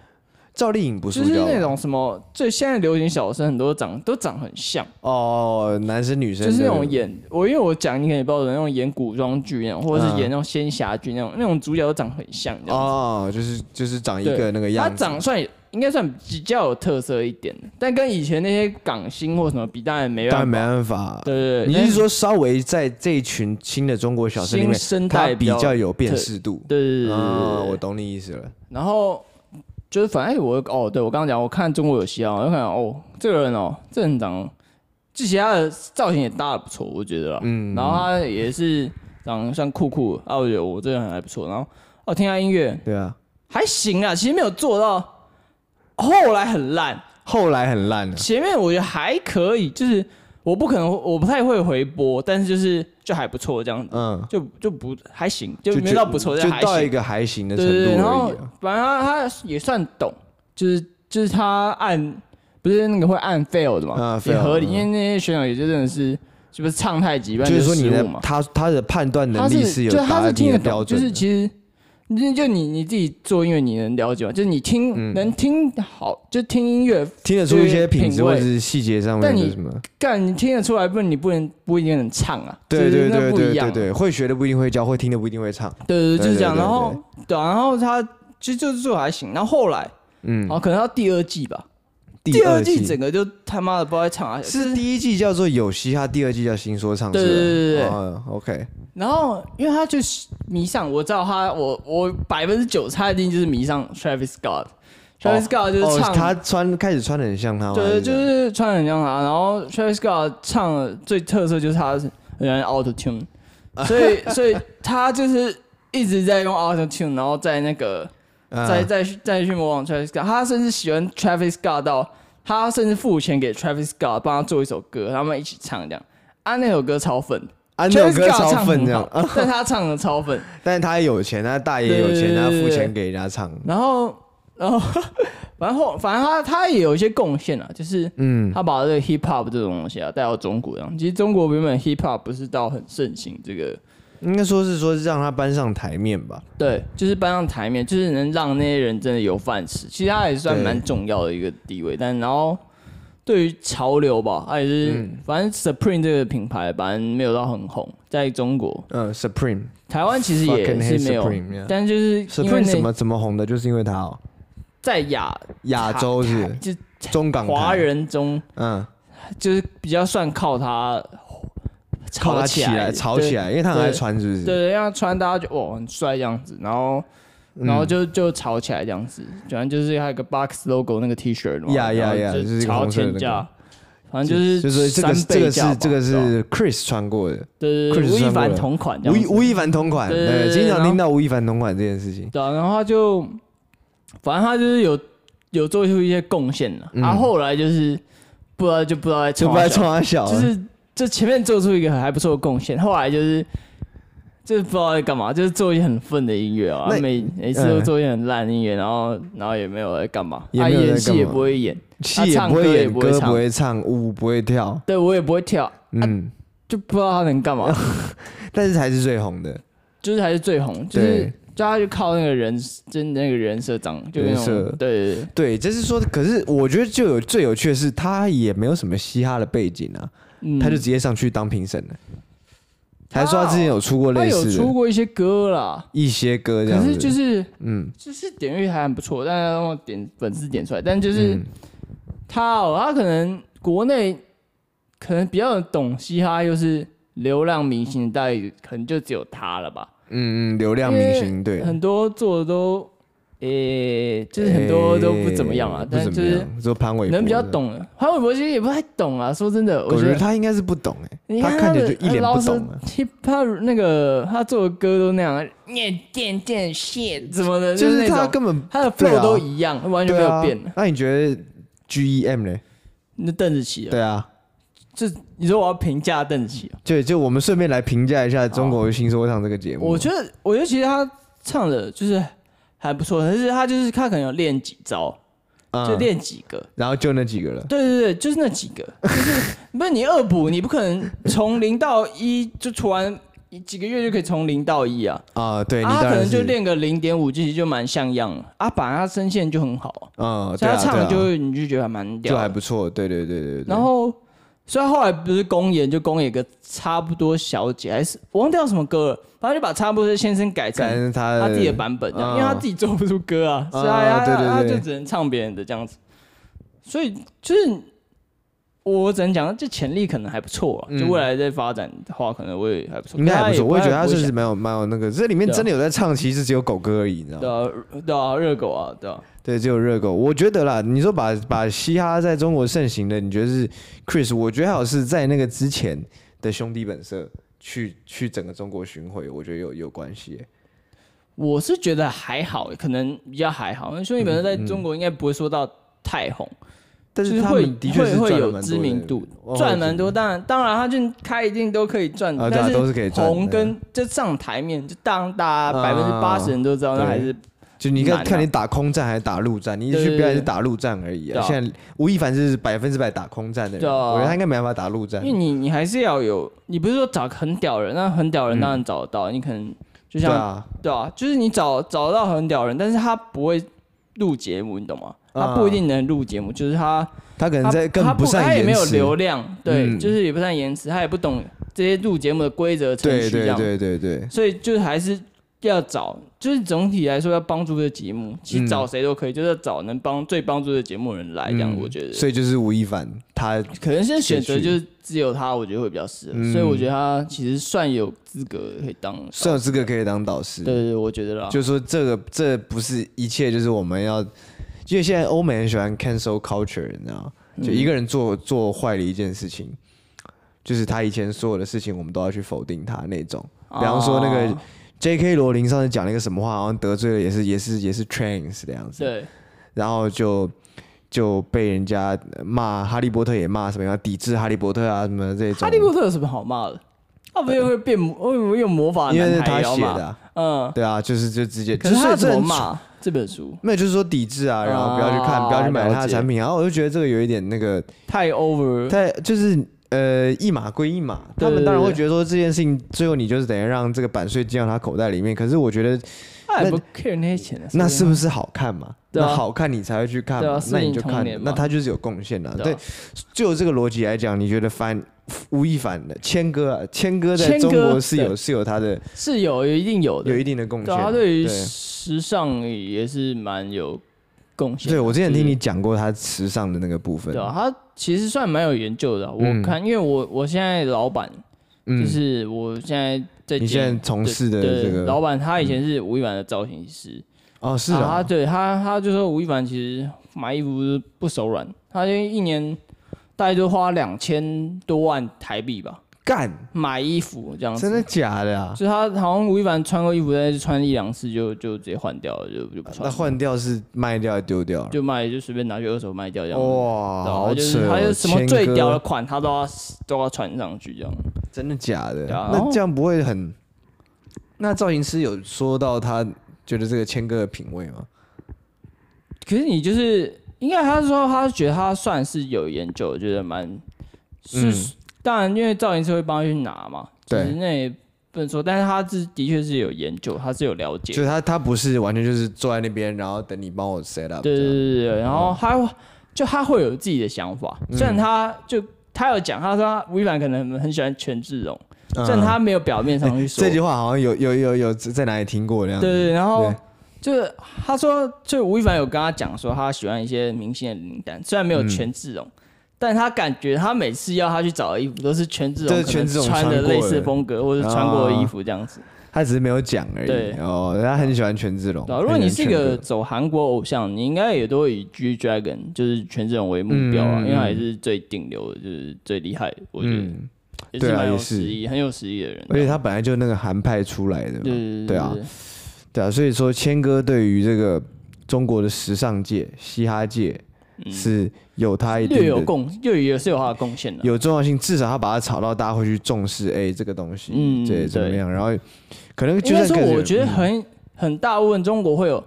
A: 赵丽颖不
B: 就
A: 塑
B: 是
A: 胶吧啊
B: 那种什么，最现在流行小生很多长都长很像，
A: 哦，男生女生
B: 就是那种
A: 演
B: 演我因为我讲你可能也不知道那种演古装剧那种，或者是
A: 嗯
B: 演那种仙侠剧那种，那种主角都长很像这样子。
A: 哦，就是就是长一
B: 对
A: 个那个
B: 他
A: 样子，
B: 长算应该算比较有特色一点的，但跟以前那些港星或什么比，当然没
A: 当然
B: 办法。
A: 没办法。
B: 对对对，
A: 你
B: 但
A: 是说稍微在这一群新的中国小生里面
B: 新生，
A: 他
B: 代
A: 比
B: 比较
A: 较有辨识度？
B: 对对对对对
A: 啊，
B: 对
A: 我懂你意思了。
B: 然后就是反正哎我哦，对我刚刚讲，我看中国有嘻哈，我就看哦，这个人哦，这人长，这其他的造型也搭的不错，我觉得啦。
A: 嗯
B: 然后他也是长得算酷酷的，啊，我觉得我这个人还不错。然后哦，听他音乐
A: 对啊，
B: 还行啊，其实没有做到，后来很烂，
A: 后来很烂了，
B: 前面我觉得还可以，就是我不可能我不太会回播，但是就是就还不错这样子，
A: 嗯，
B: 就就不还行，就没到不错，
A: 就
B: 但还
A: 到
B: 行
A: 一。个还行的程
B: 对对对，
A: 度
B: 然
A: 而
B: 后
A: 已啊。
B: 反正他他也算懂，就是就是他按不是那个会按 fail 的嘛，
A: 啊
B: 也
A: fail，
B: 合理，
A: 嗯
B: 因为那些选手也就真的是是不是唱太极，不然
A: 就是说
B: 失
A: 你
B: 误
A: 的
B: 嘛，
A: 他他的判断能
B: 他
A: 力是
B: 是
A: 有
B: 就
A: 达
B: 他
A: 到
B: 是
A: 你
B: 听
A: 的
B: 得
A: 标
B: 懂，就
A: 准的，
B: 是其实。你就你你自己做音乐，你能了解吗？就是你听、
A: 嗯
B: 能听好，就听音乐，
A: 听得出一些品质
B: 品
A: 或
B: 味
A: 者是细节上面
B: 但你
A: 的什么。
B: 干你听得出来，不然你不能不一定能唱啊。
A: 对
B: 就
A: 对
B: 是那
A: 对
B: 不一
A: 对
B: 样
A: 对
B: 啊
A: 对，会学的不一定会教，会听的不一定会唱。
B: 对
A: 对
B: 对，就是这样。
A: 对对
B: 然后对啊，然后他其实就是做得还行。然后后来，
A: 嗯
B: 然后可能到第二季吧，
A: 第
B: 二
A: 季
B: 整个就他妈的不知道在唱啥。
A: 是第一季叫做有嘻哈，第二季叫新说唱。
B: 对
A: 是吧
B: 对对对对
A: 哦，OK，
B: 然后因为他就是迷上，我知道他，我我百分之九十一定就是迷上 Travis Scott。Travis Scott 就是
A: 哦
B: 唱，，
A: 他穿开始穿的很像他吗，
B: 对，就
A: 哦还
B: 是穿得很像他。然后 Travis Scott 唱的最特色就是他很爱 Auto Tune，所以所以他就是一直在用 Auto Tune，然后在那个
A: 嗯
B: 再再去再去模仿 Travis Scott，他甚至喜欢 Travis Scott 到他甚至付钱给 Travis Scott 帮他做一首歌，他们一起唱这样。啊，那首歌超粉
A: 啊，那首
B: ，Travis
A: 歌
B: Scott
A: 超
B: 唱
A: 粉这
B: 很
A: 样
B: 好，，但他唱的超粉。
A: 但是他也有钱，他大爷有
B: 对对
A: 钱，
B: 对
A: 他付
B: 对对
A: 钱给人家唱。
B: 然后，然后 反正后反正他他也有一些贡献啊，就是
A: 嗯，
B: 他把这个 hip hop 这种东西啊带到中国，这样其实中国原本 hip hop 不是到很盛行这个，
A: 应该说是说是让他搬上台面吧。
B: 对，就是搬上台面，就是能让那些人真的有饭吃。其实他也算
A: 对
B: 蛮重要的一个地位，但然后对于潮流吧，他也是、
A: 嗯
B: 反正 Supreme 这个品牌，反正没有到很红，在中国、
A: 嗯，Supreme
B: 台湾其实也
A: Fucking
B: 是
A: hate
B: 没有
A: Supreme，yeah
B: 但就是因
A: Supreme
B: 为那
A: 怎么怎么红的，就是因为他哦，
B: 在亚
A: 亚洲是不是
B: 就
A: 中港台
B: 华，人中，
A: 嗯，
B: 就是比较算靠他
A: 靠
B: 炒
A: 他起
B: 来
A: 来
B: 的，
A: 吵起来，因为他很爱穿，是不
B: 对，
A: 是？
B: 对，让穿搭就哦很帅这样子，然后
A: 嗯
B: 然后就就炒起来这样子，反正就是还有个 Box logo 那个 T 恤嘛，
A: 呀呀呀
B: 然后
A: 就是一个
B: 就炒
A: 红色的
B: 天价，反正
A: 就
B: 就是
A: 这个
B: 三
A: 这
B: 倍
A: 个
B: 价
A: 是
B: 吧
A: 这个
B: 对吧
A: 是 Chris 穿过的，
B: 对对
A: Chris
B: 对，吴亦
A: 穿过
B: 凡
A: 的
B: 同款这
A: 吴
B: 样
A: 亦
B: 子，
A: 吴亦凡同款，
B: 对对
A: 对，
B: 对
A: 经
B: 然
A: 常
B: 后
A: 听到吴亦凡同款这件事情。
B: 对啊，然后他就反正他就是有有做出一些贡献了，
A: 嗯
B: 然后后来就是不知道就不知道在
A: 就
B: 冲
A: 不
B: 啥
A: 爱
B: 小
A: 冲他小啊，
B: 就是就前面做出一个还不错的贡献，后来就是就是不知道在干嘛，就是做一些很粪的音乐啊，
A: 那嗯
B: 他每每次都做一些很烂的音乐，然后然后也没有在干嘛，
A: 也
B: 他
A: 没有在
B: 演戏
A: 干嘛
B: 也不会演，
A: 戏也不
B: 他唱歌
A: 会
B: 也
A: 演，
B: 不会
A: 歌
B: 唱啊
A: 不会唱，舞不会跳，
B: 对我也不会跳，
A: 嗯，
B: 就不知道他能 干嘛，
A: 但是才是最红的。
B: 就是还是最红，就是
A: 对
B: 就他就靠那个人真那个人设长，就那
A: 人设
B: 种对对对，
A: 对，就是说，可是我觉得就有最有趣的是，他也没有什么嘻哈的背景啊，
B: 嗯
A: 他就直接上去当评审了。还说他之前有出过
B: 他
A: 类
B: 有
A: 似
B: 出
A: 的
B: 过一些歌啦，
A: 一些歌这
B: 可
A: 样子，
B: 是就是
A: 嗯，
B: 就是点阅还很不错，但是让我点粉丝点出来，但就是。
A: 嗯
B: 他哦，他可能国内可能比较懂嘻哈，又是流量明星，大概可能就只有他了吧。
A: 嗯嗯，流量明星对，
B: 很多做的都，诶、就是很多都不怎么样啊。
A: 哎
B: 但
A: 不
B: 就
A: 怎么
B: 是
A: 样，说潘玮柏
B: 能比较
A: 的，
B: 懂的，潘玮柏其实也不太懂啊。说真的，
A: 我
B: 我
A: 觉
B: 觉
A: 得
B: 得
A: 他应该是不懂哎，
B: 你看
A: 看起来
B: 的
A: 就一脸不懂啊。
B: 他 他那个他做的歌都那样，念电电线什么的，
A: 就是是
B: 那
A: 他
B: 种
A: 根本
B: 他的
A: 对
B: flow
A: 啊
B: 都一样，完全没
A: 对
B: 有
A: 啊
B: 变。。
A: 那你觉得 G E M 呢？
B: 那邓紫棋啊，
A: 对啊，
B: 就你说我要评价邓紫棋啊。
A: 对，就我们顺便来评价一下《中国新说唱》这个节目。
B: 我觉得，我觉得其实他唱的就是还不错，但是他就是他可能有练几招，
A: 嗯
B: 就练几个。
A: 然后就那几个了。
B: 对对对，就是那几个，就是 不是你恶补，你不可能从零到一就突然几个月就可以从零到一啊。
A: 啊，对你
B: 啊，
A: 当
B: 他可
A: 然
B: 能
A: 是
B: 就，练个零点五，其实就蛮像样了。啊，本来他声线就很好啊，
A: 嗯，对
B: 所以他
A: 啊，
B: 唱
A: 对
B: 的
A: 啊
B: 就会你就觉得还蛮屌
A: 就
B: 的。
A: 还不错，对对对对对。
B: 然后虽然后来不是公演，就公演个差不多小姐，还是我忘掉什么歌了，反正就把差不多先生改成
A: 感恩他
B: 他自己的版本这
A: 嗯
B: 样，因为他自己做不出歌啊，
A: 啊
B: 所以他
A: 对对
B: 他
A: 对
B: 就只能唱别人的这样子。所以就是我只能讲，这潜力可能还不错啊，
A: 嗯
B: 就未来再发展的话，可能会还不错。
A: 应该还不错，我也觉得他
B: 是
A: 是蛮有蛮有那个，这里面
B: 对啊
A: 真的有在唱，其实只有狗哥而已，你知道
B: 对
A: 吗？
B: 啊，对啊，热狗啊，对啊，
A: 对，只有热狗。我觉得啦，你说把把嘻哈在中国盛行的，你觉得是 Chris？我觉得还好是在那个之前的兄弟本色去去整个中国巡回，我觉得有有关系。
B: 我是觉得还好，可能比较还好。因为兄弟
A: 嗯
B: 本身在中国应该不会说到太红。
A: 但
B: 就是
A: 是他
B: 会
A: 们的确
B: 会
A: 是
B: 会
A: 赚了
B: 有
A: 蛮多
B: 知
A: 的
B: 名度，
A: 哦
B: 赚蛮多。当然，当然，他就开一定都可以赚，
A: 啊对啊
B: 但
A: 都是可以赚的啊
B: 红跟就上台面，就当大家百分之八十人都知道，那
A: 对
B: 还是
A: 就你看
B: 难啊
A: 看你打空战还是打陆战，你一直
B: 对
A: 去
B: 对
A: 表演是
B: 对
A: 打陆战而已、
B: 对
A: 啊。
B: 啊
A: 现在吴亦凡是百分之百打空战的人，
B: 对啊
A: 我觉得他应该没办法打陆战
B: 因为。你你还是要有，你不是说找很屌人，那很屌人当然找得到，你可能
A: 嗯对
B: 就像
A: 啊，
B: 对啊，就是你找找到很屌人，但是他不会录节目，你懂吗？他
A: 啊
B: 不一定能录节目，就是他
A: 他可能
B: 他
A: 在更
B: 他
A: 善
B: 他也没
A: 言
B: 有
A: 辞。
B: 流量，对，
A: 嗯
B: 就是也不善言辞，他也不懂这些录节目的规则程
A: 对
B: 序这
A: 对
B: 样。
A: 对对对，
B: 所以就是还是要找，就是总体来说要帮助这个节目，其
A: 嗯
B: 实找谁都可以，就是要找能帮最帮助的节目的人来，这样、
A: 嗯
B: 我觉得。哦
A: 所以就是吴亦凡，他
B: 可能现在选
A: 也
B: 择
A: 许
B: 就是只有他，我觉得会比较适合，
A: 嗯
B: 所以我觉得他其实算有资格可以当。
A: 算有资格可以当导师。
B: 对对对，我觉得啦，
A: 就说这个这不是一切，就是我们要，因为现在欧美很喜欢 cancel culture，你知道吗？
B: 嗯
A: 就一个人做做坏了一件事情，就是他以前所有的事情，我们都要去否定他那种。比方说那个
B: 啊
A: J.K. 罗琳上次讲了一个什么话，好像得罪了也是也是也是 trans 的样子，
B: 对
A: 然后就就被人家骂哈利波特也骂什么要抵制哈利波特啊什么这种
B: 哈，利波特有什么好骂的？他不是会变魔，会不会用魔法
A: 因为
B: 男
A: 是
B: 孩
A: 他
B: 要
A: 写
B: 骂？
A: 的啊、
B: 嗯，
A: 对啊，就是就直接，
B: 可是
A: 就
B: 他怎
A: 这
B: 么
A: 很
B: 骂？这本书
A: 没有，就是说抵制啊，然后不要去看，
B: 啊
A: 不要去买他
B: 了
A: 的
B: 解
A: 产品。然后我就觉得这个有一点那个，
B: 太 over，
A: 但就是呃一码归一码，他
B: 对
A: 们
B: 对
A: 当然
B: 对
A: 会觉得说这件事情最后你就是等于让这个版税进到他口袋里面。可是我觉得
B: 他也
A: 那
B: 不 care 那些钱啊，
A: 那是不
B: 是？
A: 是好看嘛？
B: 对啊
A: 那好看你才会去看
B: 对
A: 嘛，
B: 啊是
A: 那
B: 你
A: 你就
B: 童
A: 看
B: 年，嘛
A: 那他就是有贡献的、
B: 对
A: 对
B: 啊，
A: 就这个逻辑来讲，你觉得反吴亦凡的谦哥啊，谦哥在
B: 谦
A: 中
B: 哥
A: 国是
B: 对
A: 有是有他的
B: 是有有一定有的
A: 有，一定的贡
B: 对
A: 献
B: 啊，他
A: 的。
B: 对于时尚也是蛮有贡献的。啊
A: 对我之前
B: 就是
A: 听你讲过他时尚的那个部分，
B: 对啊，他其实算蛮有研究的啊、我
A: 嗯
B: 看，因为我我现在老板
A: 嗯，
B: 就是我现在在
A: 你
B: 兼
A: 现在从
B: 对
A: 事的
B: 对
A: 这个
B: 老板，他以前是吴亦凡的造型师，
A: 哦是
B: 然后他
A: 啊，
B: 对他他就说吴亦凡其实买衣服就是不手软，他就一年大概就花两千多万台币吧
A: 干，
B: 买衣服这样子，
A: 真的假的啊？
B: 就他好像吴亦凡穿过衣服，但是穿一两次就就直接换掉了，就就不穿
A: 那
B: 了，
A: 换掉是卖掉还丢掉了？
B: 就卖就随便拿去二手卖掉这样子。
A: 哇，
B: 对啊他
A: 哦好
B: 就
A: 扯
B: 是
A: 哦！
B: 他就是什么
A: 谦
B: 最
A: 哥
B: 屌的款，他都要都要穿上去这样。
A: 真的假的？
B: 对啊
A: 那这样不会很？那造型师有说到他觉得这个谦哥的品味吗？
B: 可是你就是，应该他说他觉得他算是有研究，我觉得蛮是、
A: 嗯
B: 当然，因为造型师会帮他去拿嘛，
A: 对
B: 就是那也不能说，但是他是的确是有研究，他是有了解
A: 就，是他他不是完全就是坐在那边，然后等你帮我 set up 这
B: 对
A: 样。
B: 对对对对，然
A: 嗯
B: 后他、就他会有自己的想法，虽然他就。他有讲，他说他吴亦凡可能很喜欢权志龙，
A: 嗯，
B: 虽然他没有表面上去 说。
A: 这句话好像有有有有在哪里听过这样子。
B: 对对，然后
A: 对
B: 就是他说，就吴亦凡有跟他讲说，他喜欢一些明星的灵感，虽然没有
A: 嗯
B: 权志龙，但他感觉他每次要他去找的衣服都是权志龙
A: 都是
B: 可能
A: 权志龙
B: 穿的
A: 穿过的
B: 类似的风格，或者是穿过的衣服这样子。
A: 他只是没有讲而已。
B: 对
A: 哦，他很喜欢权志龙。
B: 对啊、如果你
A: 哦很喜
B: 是
A: 欢
B: 个
A: 权哥
B: 走韩国偶像，你应该也都会以 G Dragon 就是权志龙为目标啊，
A: 嗯嗯
B: 因为他也是最顶流的，就是最厉害的，我觉得、
A: 嗯，
B: 也
A: 对
B: 是
A: 啊
B: 蛮有
A: 也是
B: 实力、很有实力的人啊。
A: 而且他本来就那个韩派出来的嘛。
B: 对对
A: 对啊对啊，所以说谦哥对于这个中国的时尚界、嘻哈界
B: 嗯
A: 是有他一定
B: 略有啊
A: 的
B: 贡，略也是有他的贡献的。
A: 有重要性，至少他把它炒到大家会去重视，哎、这个东西，
B: 嗯
A: 这怎么
B: 对
A: 样？然后可能
B: 应
A: 就
B: 该
A: 算
B: 说，
A: 个人
B: 我觉得很很大部分中国会有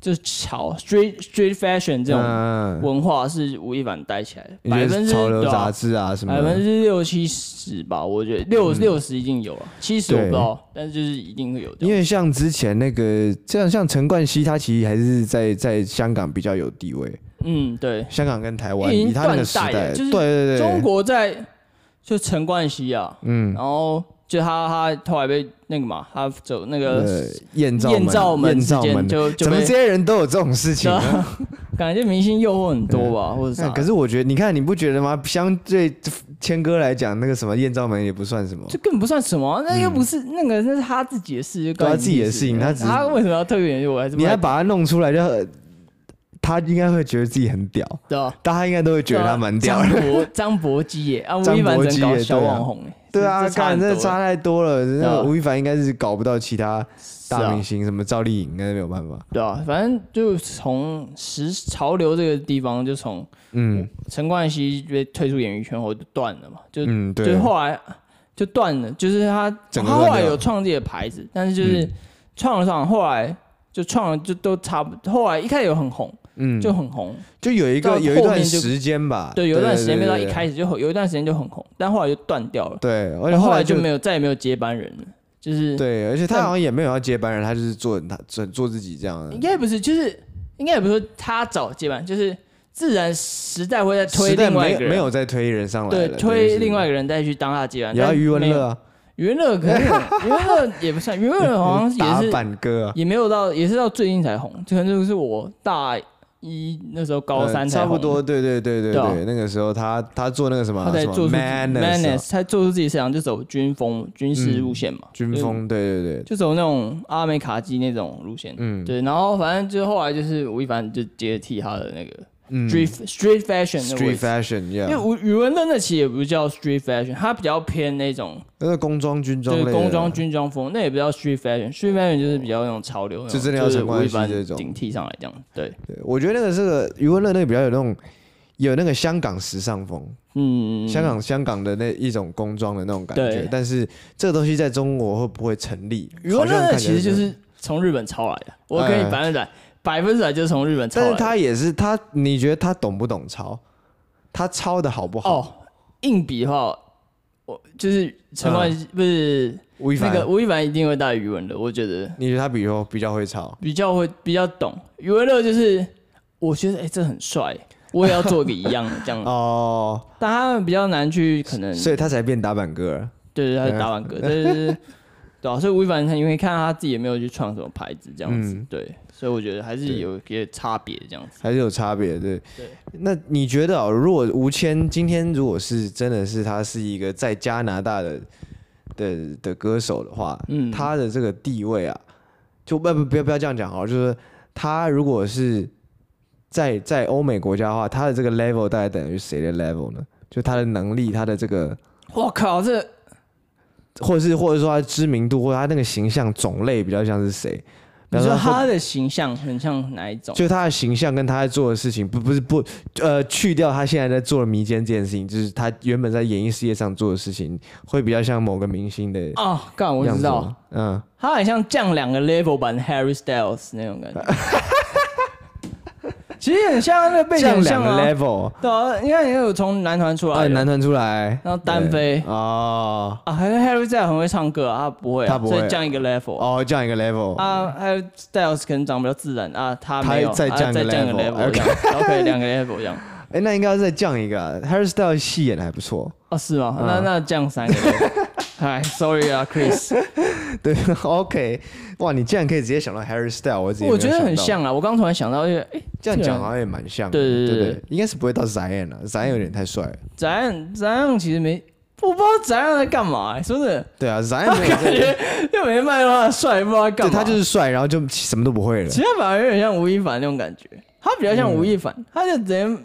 B: 就是潮 street street fashion 这种
A: 嗯
B: 文化是吴亦凡带起来的，
A: 你
B: 百
A: 觉
B: 分
A: 得
B: 之
A: 潮流
B: 对
A: 杂
B: 啊
A: 志啊什么
B: 百分
A: 的，嗯
B: 之六七十吧，我觉得六六十一定有啊，七十我不
A: 对
B: 知道，但是就是一定会有这
A: 因
B: 样。
A: 为像之前那个，这样像陈冠希，他其实还是在在香港比较有地位，
B: 嗯，对，
A: 香港跟台
B: 因
A: 湾
B: 为已经
A: 以他那个
B: 断
A: 时
B: 代了
A: 代，
B: 就是
A: 对对对，
B: 中国在就陈冠希啊，嗯，然后就他他后来被那个嘛，他走那个
A: 呃艳照
B: 艳照门
A: 门艳
B: 之
A: 照
B: 间
A: 门，
B: 就就
A: 怎么
B: 被
A: 这些人都有这种事情啊？
B: 感觉明星诱惑很多吧，或者啥
A: 哎，可是我觉得，你看你不觉得吗？相对谦哥来讲，那个什么艳照门也不算什么，
B: 这根本不算什么啊、那又不是、那个，那是他自己的事，就
A: 对啊
B: 关你
A: 自己的
B: 屁
A: 事情他只是
B: 他为什么要特别研究？我还是不
A: 你
B: 太
A: 还把它弄出来就，呃他应该会觉得自己很屌，
B: 对啊，
A: 大家应该都会觉得他蛮屌的。
B: 张博 张博基耶， 啊，吴
A: 张
B: 亦凡
A: 柏
B: 只
A: 基
B: 能搞
A: 耶
B: 小
A: 对啊
B: 网红哎，
A: 对啊，
B: 这差
A: 看
B: 很
A: 这
B: 多
A: 差
B: 了
A: 太多了。
B: 啊
A: 那吴亦凡应该是搞不到其他
B: 是
A: 大
B: 啊
A: 明星，什么赵丽颖应该没有办法。
B: 对啊，反正就从时潮流这个地方，就从
A: 嗯
B: 陈冠希被退出演艺圈后就断了嘛，就、
A: 嗯，
B: 就
A: 对
B: 是，后来就断了，就是他他
A: 整个
B: 后
A: 断
B: 来
A: 掉
B: 有创自己的牌子，但是就是
A: 嗯
B: 创了上，后来就创了就都差不，后来一开始有很红，
A: 嗯，
B: 就
A: 就
B: 很红。
A: 就有一
B: 到
A: 个有一
B: 后
A: 段
B: 面就
A: 时间吧，
B: 对，有一段时间没到一
A: 始，
B: 开始就很有一段时间就很红，但后来就断掉了，
A: 对，而且
B: 然后后来
A: 来
B: 就没有再也没有接班人了，就是
A: 对，而且他
B: 但
A: 好像也没有要接班人，他就是做他做做自己这样的
B: 应。该不是，就是应该也不是说他找接班，就是自然时代会再推
A: 时代
B: 另外一
A: 没
B: 个人，
A: 没有再推人上来
B: 对
A: 了，
B: 推另外
A: 一
B: 一个人再去当他的接班，
A: 也要
B: 但
A: 余文
B: 没有
A: 乐，啊，
B: 余文乐可能余文乐也不算，余文乐好像
A: 打
B: 也是
A: 板哥啊，
B: 也没有到，也是到最近才红，可能就是我大一那时候高
A: 呃
B: 三才
A: 差不
B: 红
A: 多，对对对对
B: 对啊
A: 对，那个时候他他做那个什么
B: 他才
A: 什么
B: 做出
A: Madness 啊
B: Madness，他做出自己思想就走军风军事路线嘛，
A: 军
B: 就是
A: 风，对对对，
B: 就走那种阿美卡基那种路线，
A: 嗯
B: 对，然后反正就后来就是吴亦凡就接替他的那个
A: 嗯
B: street、street fashion 的位
A: Street
B: 置，因为
A: Fashion，yeah，
B: 吴宇文的那期也不叫 street fashion，他比较偏那种
A: 那个工装军
B: 就
A: 装类的
B: 是工装，军装风，那也不叫 street fashion，street fashion 就是比较那种潮流那种，
A: 就真的要
B: 是
A: 陈冠
B: 吴亦
A: 希
B: 凡
A: 这种
B: 顶替上来这样，对，
A: 对我觉得那个是个余文乐那个比较有那种有那个香港时尚风，
B: 嗯，
A: 香港香港的那一种工装的那种感觉
B: 对，
A: 但是这个东西在中国会不会成立？
B: 宇文
A: 好像
B: 的
A: 看起
B: 其
A: 来
B: 实就是从日本抄来的，我可以
A: 哎
B: 百分之百百分之百就是从日本抄来
A: 但
B: 的。
A: 是他也是他，你觉得他懂不懂抄？他抄的好不好？
B: 哦，硬比的话，我就是陈冠、不是
A: 吴亦
B: 那
A: 凡，
B: 个吴亦凡一定会带余文的，我觉得
A: 你觉得他比较比较会抄？
B: 比较会比较懂。余文乐就是我觉得哎、这很帅，我也要做个一样 的这样，
A: 哦，
B: 但他们比较难去可能
A: 所以他才变打板歌儿。
B: 对对，他就打完嗝，对对对。对啊，所以吴亦凡他你会看到他自己也没有去创什么牌子这样子，
A: 嗯
B: 对，所以我觉得还是有一些差别这样子。
A: 还是有差别，对。
B: 对
A: 那你觉得哦，如果吴谦今天如果是真的是他是一个在加拿大的的的歌手的话，
B: 嗯
A: 他的这个地位啊，就不不不要不要这样讲哦，就是他如果是在在欧美国家的话，他的这个 level 大概等于谁的 level 呢？就他的能力，他的这个，
B: 我靠，这
A: 或者是或者说他的知名度，或者他那个形象种类比较像是谁？比
B: 你
A: 方
B: 说
A: 说
B: 他的形象很像哪一种？
A: 就他的形象跟他在做的事情，不不是不呃，去掉他现在在做的迷奸这件事情，就是他原本在演艺事业上做的事情，会比较像某个明星的样
B: 啊，干、我
A: 子。
B: 知道，，
A: 嗯，
B: 他很像降两个 level 版的 Harry Styles 那种 感觉。其实很像那个背景
A: 像
B: 很
A: 两
B: 像
A: 个
B: 啊，哎
A: level，
B: 对啊，你看你有从男团出来
A: 啊，
B: 的，
A: 男团出来，
B: 然后单飞
A: 哦
B: 啊，还有 Harry Styles 很会唱歌啊，他不会、啊，
A: 他不会
B: 所以降一个 level
A: 哦，这样一个 level，
B: 啊，还有 Styles 可能长得比较自然啊，他
A: 他
B: 没有，
A: 再
B: 啊
A: 降一
B: 再
A: 个
B: 降一个
A: level，
B: level 这样，然后可以两个 level 这样。
A: 哎，那应该要再降一个啊，Harry Styles 戏演的还不错，
B: 哦，是吗？
A: 嗯
B: 那那降三个 level。哎，sorry 啊，Chris，
A: 对，OK，哇，你竟然可以直接想到 Harry Styles，我自己没有
B: 我觉得
A: 想
B: 很
A: 到，
B: 像啊。我刚突然想到，因为哎，
A: 这样讲好像也蛮像的，
B: 对
A: 对
B: 对对对嗯
A: 对，应该是不会到 Zion 啊，Zion 有点太帅了，
B: 咱咱其实没，我不知道咱在干嘛、哎说真的，
A: 对啊，Zion 没有
B: 感
A: 在
B: 觉又没卖到他的帅，不知道在干
A: 对
B: 嘛。
A: 他就是帅，然后就什么都不会了。
B: 其实他反而有点像吴亦凡那种感觉，他比较像吴亦凡，他就直接
A: 嗯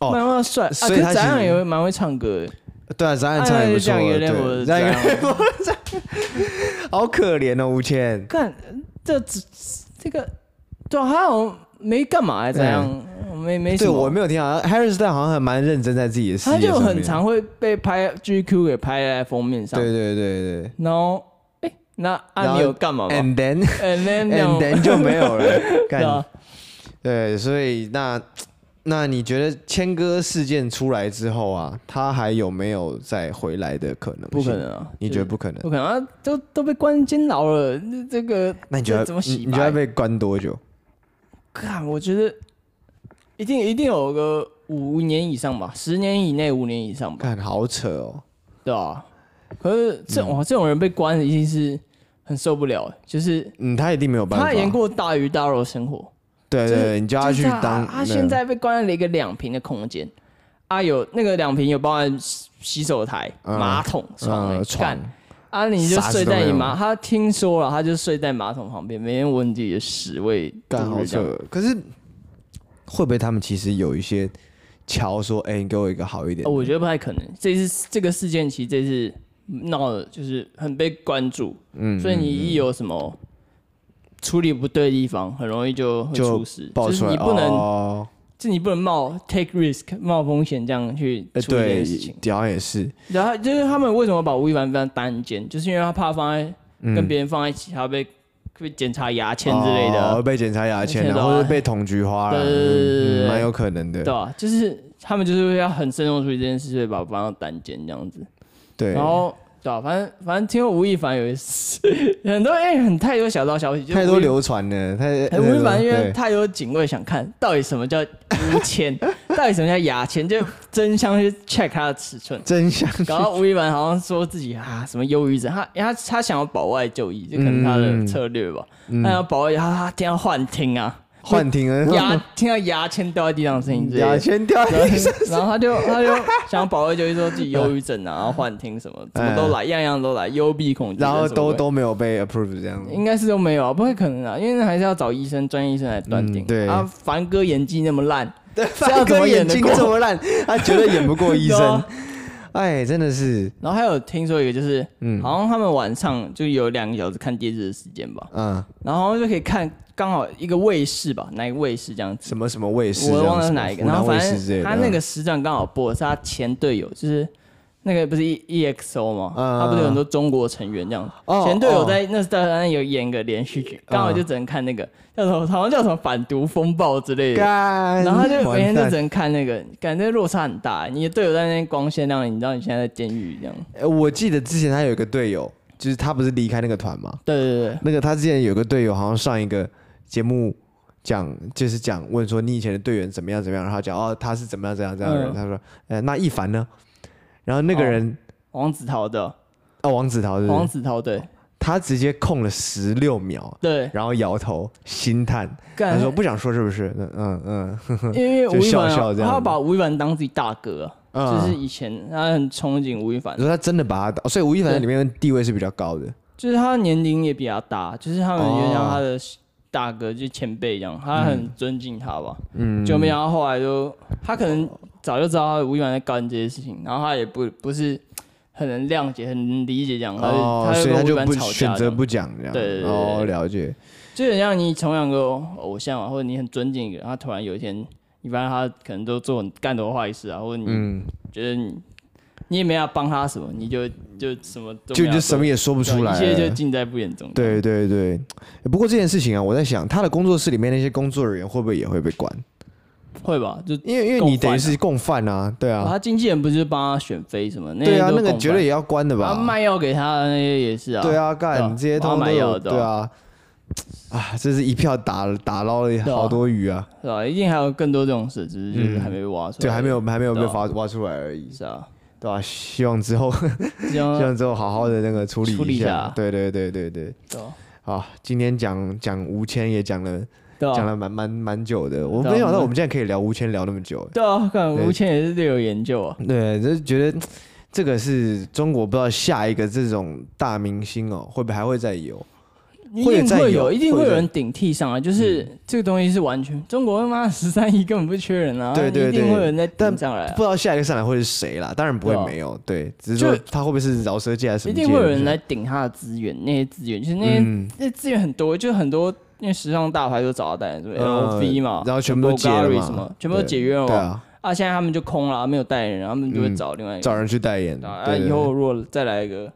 A: 哦
B: 卖到帅。啊
A: 所以
B: 可是
A: 他其实
B: 咱俩也会蛮会唱歌的，
A: 对啊，咱俩
B: 哎
A: 唱也不
B: 就
A: 错
B: 降一个
A: 了，
B: level，
A: 对，咱俩
B: 咱俩
A: 好可怜哦，吴谦。
B: 看这这这个，对啊，他好像没干嘛、怎样？没没
A: 嗯
B: 什
A: 对
B: 么。
A: 我没有听好像 Harry s t y l e 好像还蛮认真在自己的事
B: 他
A: 业
B: 就
A: 上面
B: 很常会被拍 GQ 给拍在封面上。
A: 对对对对
B: 然后，哎、那
A: 然
B: 啊，
A: 后
B: 你有干嘛吗
A: ，and then
B: ？And then
A: and then 嗯 就没有了，
B: 对啊
A: 干。对，所以那那你觉得谦哥事件出来之后啊，他还有没有再回来的可能性？
B: 不可，能啊！
A: 你觉得不可能？
B: 不可能啊！都都被关监牢了，那这个
A: 那你觉得
B: 这怎么洗白
A: 你你觉得被关多久？
B: 看，我觉得一定一定有个五年以上吧，十年以内，五年以上吧，
A: 看好扯哦，
B: 对吧、可是
A: 嗯
B: 这种、哇这种人被关，一定是很受不了的，就是
A: 嗯，他一定没有办法。
B: 他演过大鱼大肉的生活，
A: 对对
B: 就是
A: 对，你叫他
B: 就是
A: 去当嗯
B: 他
A: 那
B: 现在被关了一个两平的空间，啊有那个两平有包含洗洗手台、
A: 嗯
B: 马桶、床、
A: 呃
B: 欸干
A: 床。
B: 啊！你就
A: 啥子
B: 睡
A: 都
B: 在
A: 没
B: 你
A: 有
B: 马，他听说了，他就睡在马桶旁边，每天闻自己的屎味，
A: 干好
B: 这样
A: 扯。可是会不会他们其实有一些桥说，哎、你给我一个好一点的？
B: 哦，我觉得不太可能。这次这个事件其实这次闹的就是很被关注，
A: 嗯
B: 所以你一有什么处理不对的地方，很容易就会
A: 就
B: 出事。
A: 爆出来，
B: 就是你不能，
A: 哦、
B: 就你不能冒 take risk 冒风险这样去
A: 呃
B: 处理这
A: 对
B: 件事情。，
A: 好像也是，
B: 然后就是他们为什么把吴亦凡放在单间，就是因为他怕放在
A: 嗯
B: 跟别人放在一起，他被被检查牙签之类的啊，
A: 哦、被检查牙签
B: 签
A: 啊，
B: 的
A: 然后
B: 话
A: 被捅菊花了，
B: 对对对对对
A: 嗯
B: 对
A: 蛮有可能
B: 对啊
A: 的。
B: 吧、就是他们就是要很慎重处理这件事，所以把它放到单间这样子。
A: 对，
B: 然后对啊，反正反正听说吴亦凡有一次， 很多哎、很太多小道消息，就是
A: 太
B: 吴
A: 多
B: 亦
A: 流传了，太
B: 哎吴亦凡因为
A: 对
B: 太多警卫想看到底什么叫无 铅，到底什么叫牙签，就争相去 check 他的 尺寸。
A: 真相
B: 然后吴亦凡好像说自己啊什么忧郁症，他他他想要保外就医，这可能他的
A: 嗯
B: 策略吧。他要保外，他他听到幻 听啊，
A: 幻听了，
B: 牙听到牙签掉在地上的声音之类
A: 牙
B: 的。
A: 签掉
B: 然
A: 地
B: 后
A: 上，
B: 然后他就他就 想要保卫，就是说自己忧郁症啊，然后幻听什么，怎么都来，样样都来，幽闭恐惧
A: 哎
B: 症
A: 然后
B: 什么鬼，
A: 都都没有被 approve 这样。
B: 应该是都没有啊，不会可能啊，因为那还是要找医生，专业医生来断定。
A: 嗯对
B: 啊，凡哥演技那么烂，
A: 对，
B: 这样怎么
A: 哥
B: 演
A: 眼
B: 得
A: 睛
B: 过
A: 这么烂，他绝对演不过医
B: 对
A: 生
B: 啊。
A: 哎，真的是，
B: 然后还有听说一个就是，
A: 嗯
B: 好像他们晚上就有两个小时看电视的时间吧，
A: 嗯，
B: 然后就可以看刚好一个卫视吧，哪一个卫视这样子，
A: 什么什么卫视这样
B: 我
A: 子，
B: 忘了是哪一个，
A: 湖
B: 然
A: 南
B: 后反
A: 卫视之类的
B: 正他那个时段刚好播的是他前队友，就是那个不是 E E X O 吗？
A: 嗯
B: 他不是有很多中国成员这样子。
A: 哦
B: 前队友
A: 哦嗯
B: 在那当然有演个连续剧，刚好就只能看那个叫什么，好像叫什么反毒风暴之类的。
A: 嗯干，
B: 然后他就哎每天
A: 完
B: 就
A: 蛋
B: 只能看那个，感觉落差很大。你的队友在那边光鲜亮丽，你知道你现在在监狱这样。
A: 呃我记得之前他有一个队友，就是他不是离开那个团吗？
B: 对对对，
A: 那个他之前有个队友，好像上一个节目讲，就是讲问说你以前的队员怎么样怎么样，然后讲哦他是怎么样怎样怎样的人，
B: 嗯
A: 他说呃那一凡呢？然后那个
B: 哦
A: 人
B: 黄子韬的，
A: 哦王子韬是不
B: 黄
A: 是
B: 子韬对
A: 他直接空了十六秒，
B: 对，
A: 然后摇头心叹，他
B: 干
A: 说不想说是不是？嗯嗯嗯呵呵，
B: 因为
A: 就
B: 吴亦
A: 笑
B: 凡
A: 笑
B: 啊，
A: 这样
B: 他把吴亦凡当自己大哥啊，
A: 嗯
B: 就是以前他很憧憬吴亦凡啊
A: 你，说他真的把他打，哦所以吴亦凡在里面地位是比较高的。
B: 就是他年龄也比较大，就是他们有点像
A: 哦
B: 他的大哥，就是前辈一样，他很尊敬他吧。嗯，就没想到后来就他可能早就知道他吴亦凡在干这些事情，然后他也不不是很能谅解、很能理解这样，他就、
A: 哦，
B: 嗯他
A: 所
B: 就
A: 以他
B: 跟吴亦
A: 就
B: 凡
A: 不
B: 吵
A: 选
B: 架这
A: 择
B: 样，
A: 不讲这样。
B: 对对对对
A: 哦，了解。
B: 就很像你崇仰个偶像啊，或者你很尊敬一个人，他突然有一天，你发现他可能都做很干多坏事啊，或者你
A: 嗯，
B: 觉得你、你也没要帮他什么，你就就什么都
A: 就
B: 没有
A: 就什么也说不
B: 做
A: 出来
B: 一切就
A: 了。
B: 尽在不言中。
A: 对对对，不过这件事情啊，我在想，他的工作室里面那些工作人员会不会也会被关？
B: 会吧？就
A: 因为因为
B: 共
A: 你等于
B: 犯
A: 是共犯啊，对
B: 哦
A: 啊，
B: 他经纪人不是帮他选妃什么？那
A: 对啊，
B: 些都
A: 那个
B: 共
A: 绝
B: 犯
A: 对也要关的
B: 他
A: 吧？
B: 卖药给他的那些也是啊。
A: 对，啊，
B: 对啊
A: 干这些通通
B: 帮他
A: 都
B: 买
A: 有
B: 药的
A: 对啊，啊，这是一票打打捞了
B: 啊
A: 好多鱼啊，
B: 是吧？一定还有更多这种事，只是就是还没被挖出来。
A: 嗯对，还没有还没有被
B: 对啊
A: 挖挖出来而已，
B: 是啊，
A: 对吧？希望之后
B: 这样
A: 希望之后好好的那个处理
B: 嗯处理
A: 一
B: 一
A: 下
B: 下，
A: 对对对对对。
B: 对啊
A: 好，今天讲讲吴谦也讲了，
B: 对
A: 讲
B: 啊，
A: 了蛮蛮蛮久的。我
B: 对啊
A: 没想到
B: 我们
A: 我们现在可以聊吴谦聊那么久。
B: 对啊，看
A: 对
B: 吴谦也是略有研究啊。
A: 对，就是觉得这个是中国不知道下一个这种大明星哦，会不会还会再有？
B: 一
A: 会
B: 定
A: 再
B: 会
A: 有嗯
B: 有，一定
A: 会
B: 会有
A: 再
B: 人顶替上来，就是这个东西是完全中国他妈十三亿根本不缺人啊，
A: 对对
B: 一定
A: 对
B: 会有人在
A: 但
B: 顶上来啊
A: 不，知道下一个上来会是谁啦？当然不会
B: 对啊
A: 没有，对，只是说
B: 就
A: 他会不会是饶舌界还是什
B: 一
A: 么界？
B: 定会有人来顶他的资源，那些资源就是那些
A: 嗯，
B: 那资源很多，就很多因为时尚大牌都找他代言，什么
A: 嗯
B: LV 嘛，
A: 然后全部都解了
B: Bulgari
A: 嘛
B: 什么，全部都
A: 对
B: 解约了
A: 对
B: 嘛。
A: 啊，
B: 啊，现在他们就空了，没有代言人，他们就会
A: 嗯
B: 找另外一个。
A: 找人去代言。
B: 对啊，啊
A: 对对
B: 以后如果再来一个，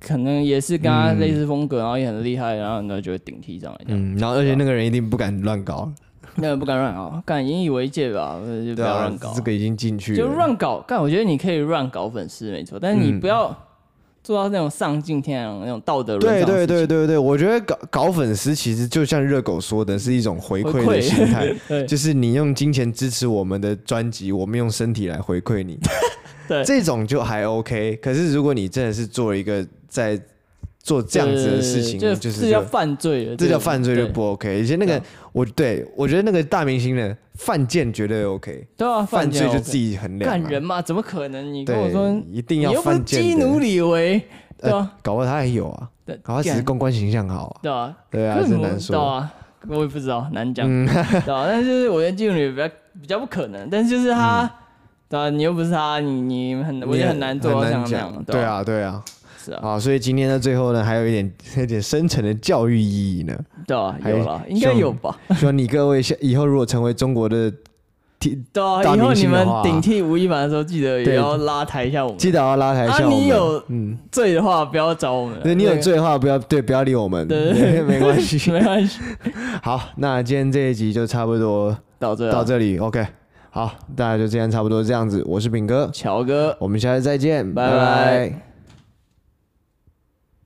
B: 可能也是跟他类似风格，然后也很厉害，然后呢就会顶替上来这样。
A: 嗯，然后而且那个人一定不敢乱搞，
B: 那不敢乱搞，敢引以为戒吧，呃就不
A: 对
B: 要
A: 啊
B: 乱搞，
A: 这。个已经进去
B: 就
A: 了
B: 乱搞，干，我觉得你可以乱搞粉丝没错，但是你不要做到那种丧尽天良、那种道德沦
A: 对
B: 丧的
A: 对
B: 事情。
A: 对对对，我觉得搞搞粉丝其实就像热狗说的，是一种回馈的
B: 回馈
A: 心态，
B: 对
A: 就是你用金钱支持我们的专辑，我们用身体来回馈你，
B: 对
A: 这种就还 OK。可是如果你真的是做一个在做这样子的事情，
B: 对对对
A: 就
B: 这
A: 是
B: 这
A: 就
B: 叫犯罪了，
A: 这叫犯罪就
B: 对
A: 不 OK。以前那个
B: 对
A: 我对我觉得那个大明星呢，犯贱绝对 OK，
B: 对啊，
A: 犯罪就自
B: 己
A: 己衡量
B: 干
A: 啊、
B: 人嘛，怎么可能？你跟我说，
A: 对，
B: 你
A: 一定要
B: 又不是
A: 犯
B: 基
A: 贱
B: 努
A: 的，
B: 里维，对吧？
A: 搞不好他也有啊，
B: 对
A: 呃搞不好他只是
B: 干
A: 公关形象好啊，
B: 对吧？
A: 对啊，
B: 为什
A: 真
B: 么
A: 难
B: 知道
A: 说。嗯
B: 啊，我也不知道，难讲，对吧？但是就是我觉得基努里维比较比较不可能，但是就是
A: 嗯
B: 他，对吧？你又不是他，你你很，我觉得很难做到
A: 很
B: 像
A: 难
B: 他那样，
A: 讲。对
B: 吧？
A: 啊，对啊，
B: 是啊，
A: 啊，所以今天的最后呢，还有一点有一点深层的教育意义呢。
B: 对啊，
A: 还
B: 有了，应该
A: 像
B: 有吧？
A: 希望你各位下以后如果成为中国的替，
B: 对啊，
A: 大
B: 以后
A: 明
B: 你
A: 星的
B: 们
A: 话
B: 顶替吴亦凡的时候，记得
A: 对
B: 也要拉抬一下我们。
A: 记得要拉抬一
B: 啊，
A: 下我
B: 你
A: 们。
B: 有
A: 嗯，
B: 罪的话，不要找我们。
A: 对你有
B: 那个，
A: 罪的话，不要对，不要理我们，
B: 对对 对
A: 没关系。
B: 没关系，
A: 好，那今天这一集就差不多
B: 到这啊，
A: 到这里，OK。好，大家就今天差不多这样子。我是炳哥，
B: 乔哥，
A: 我们下次再见，
B: 拜拜
A: 拜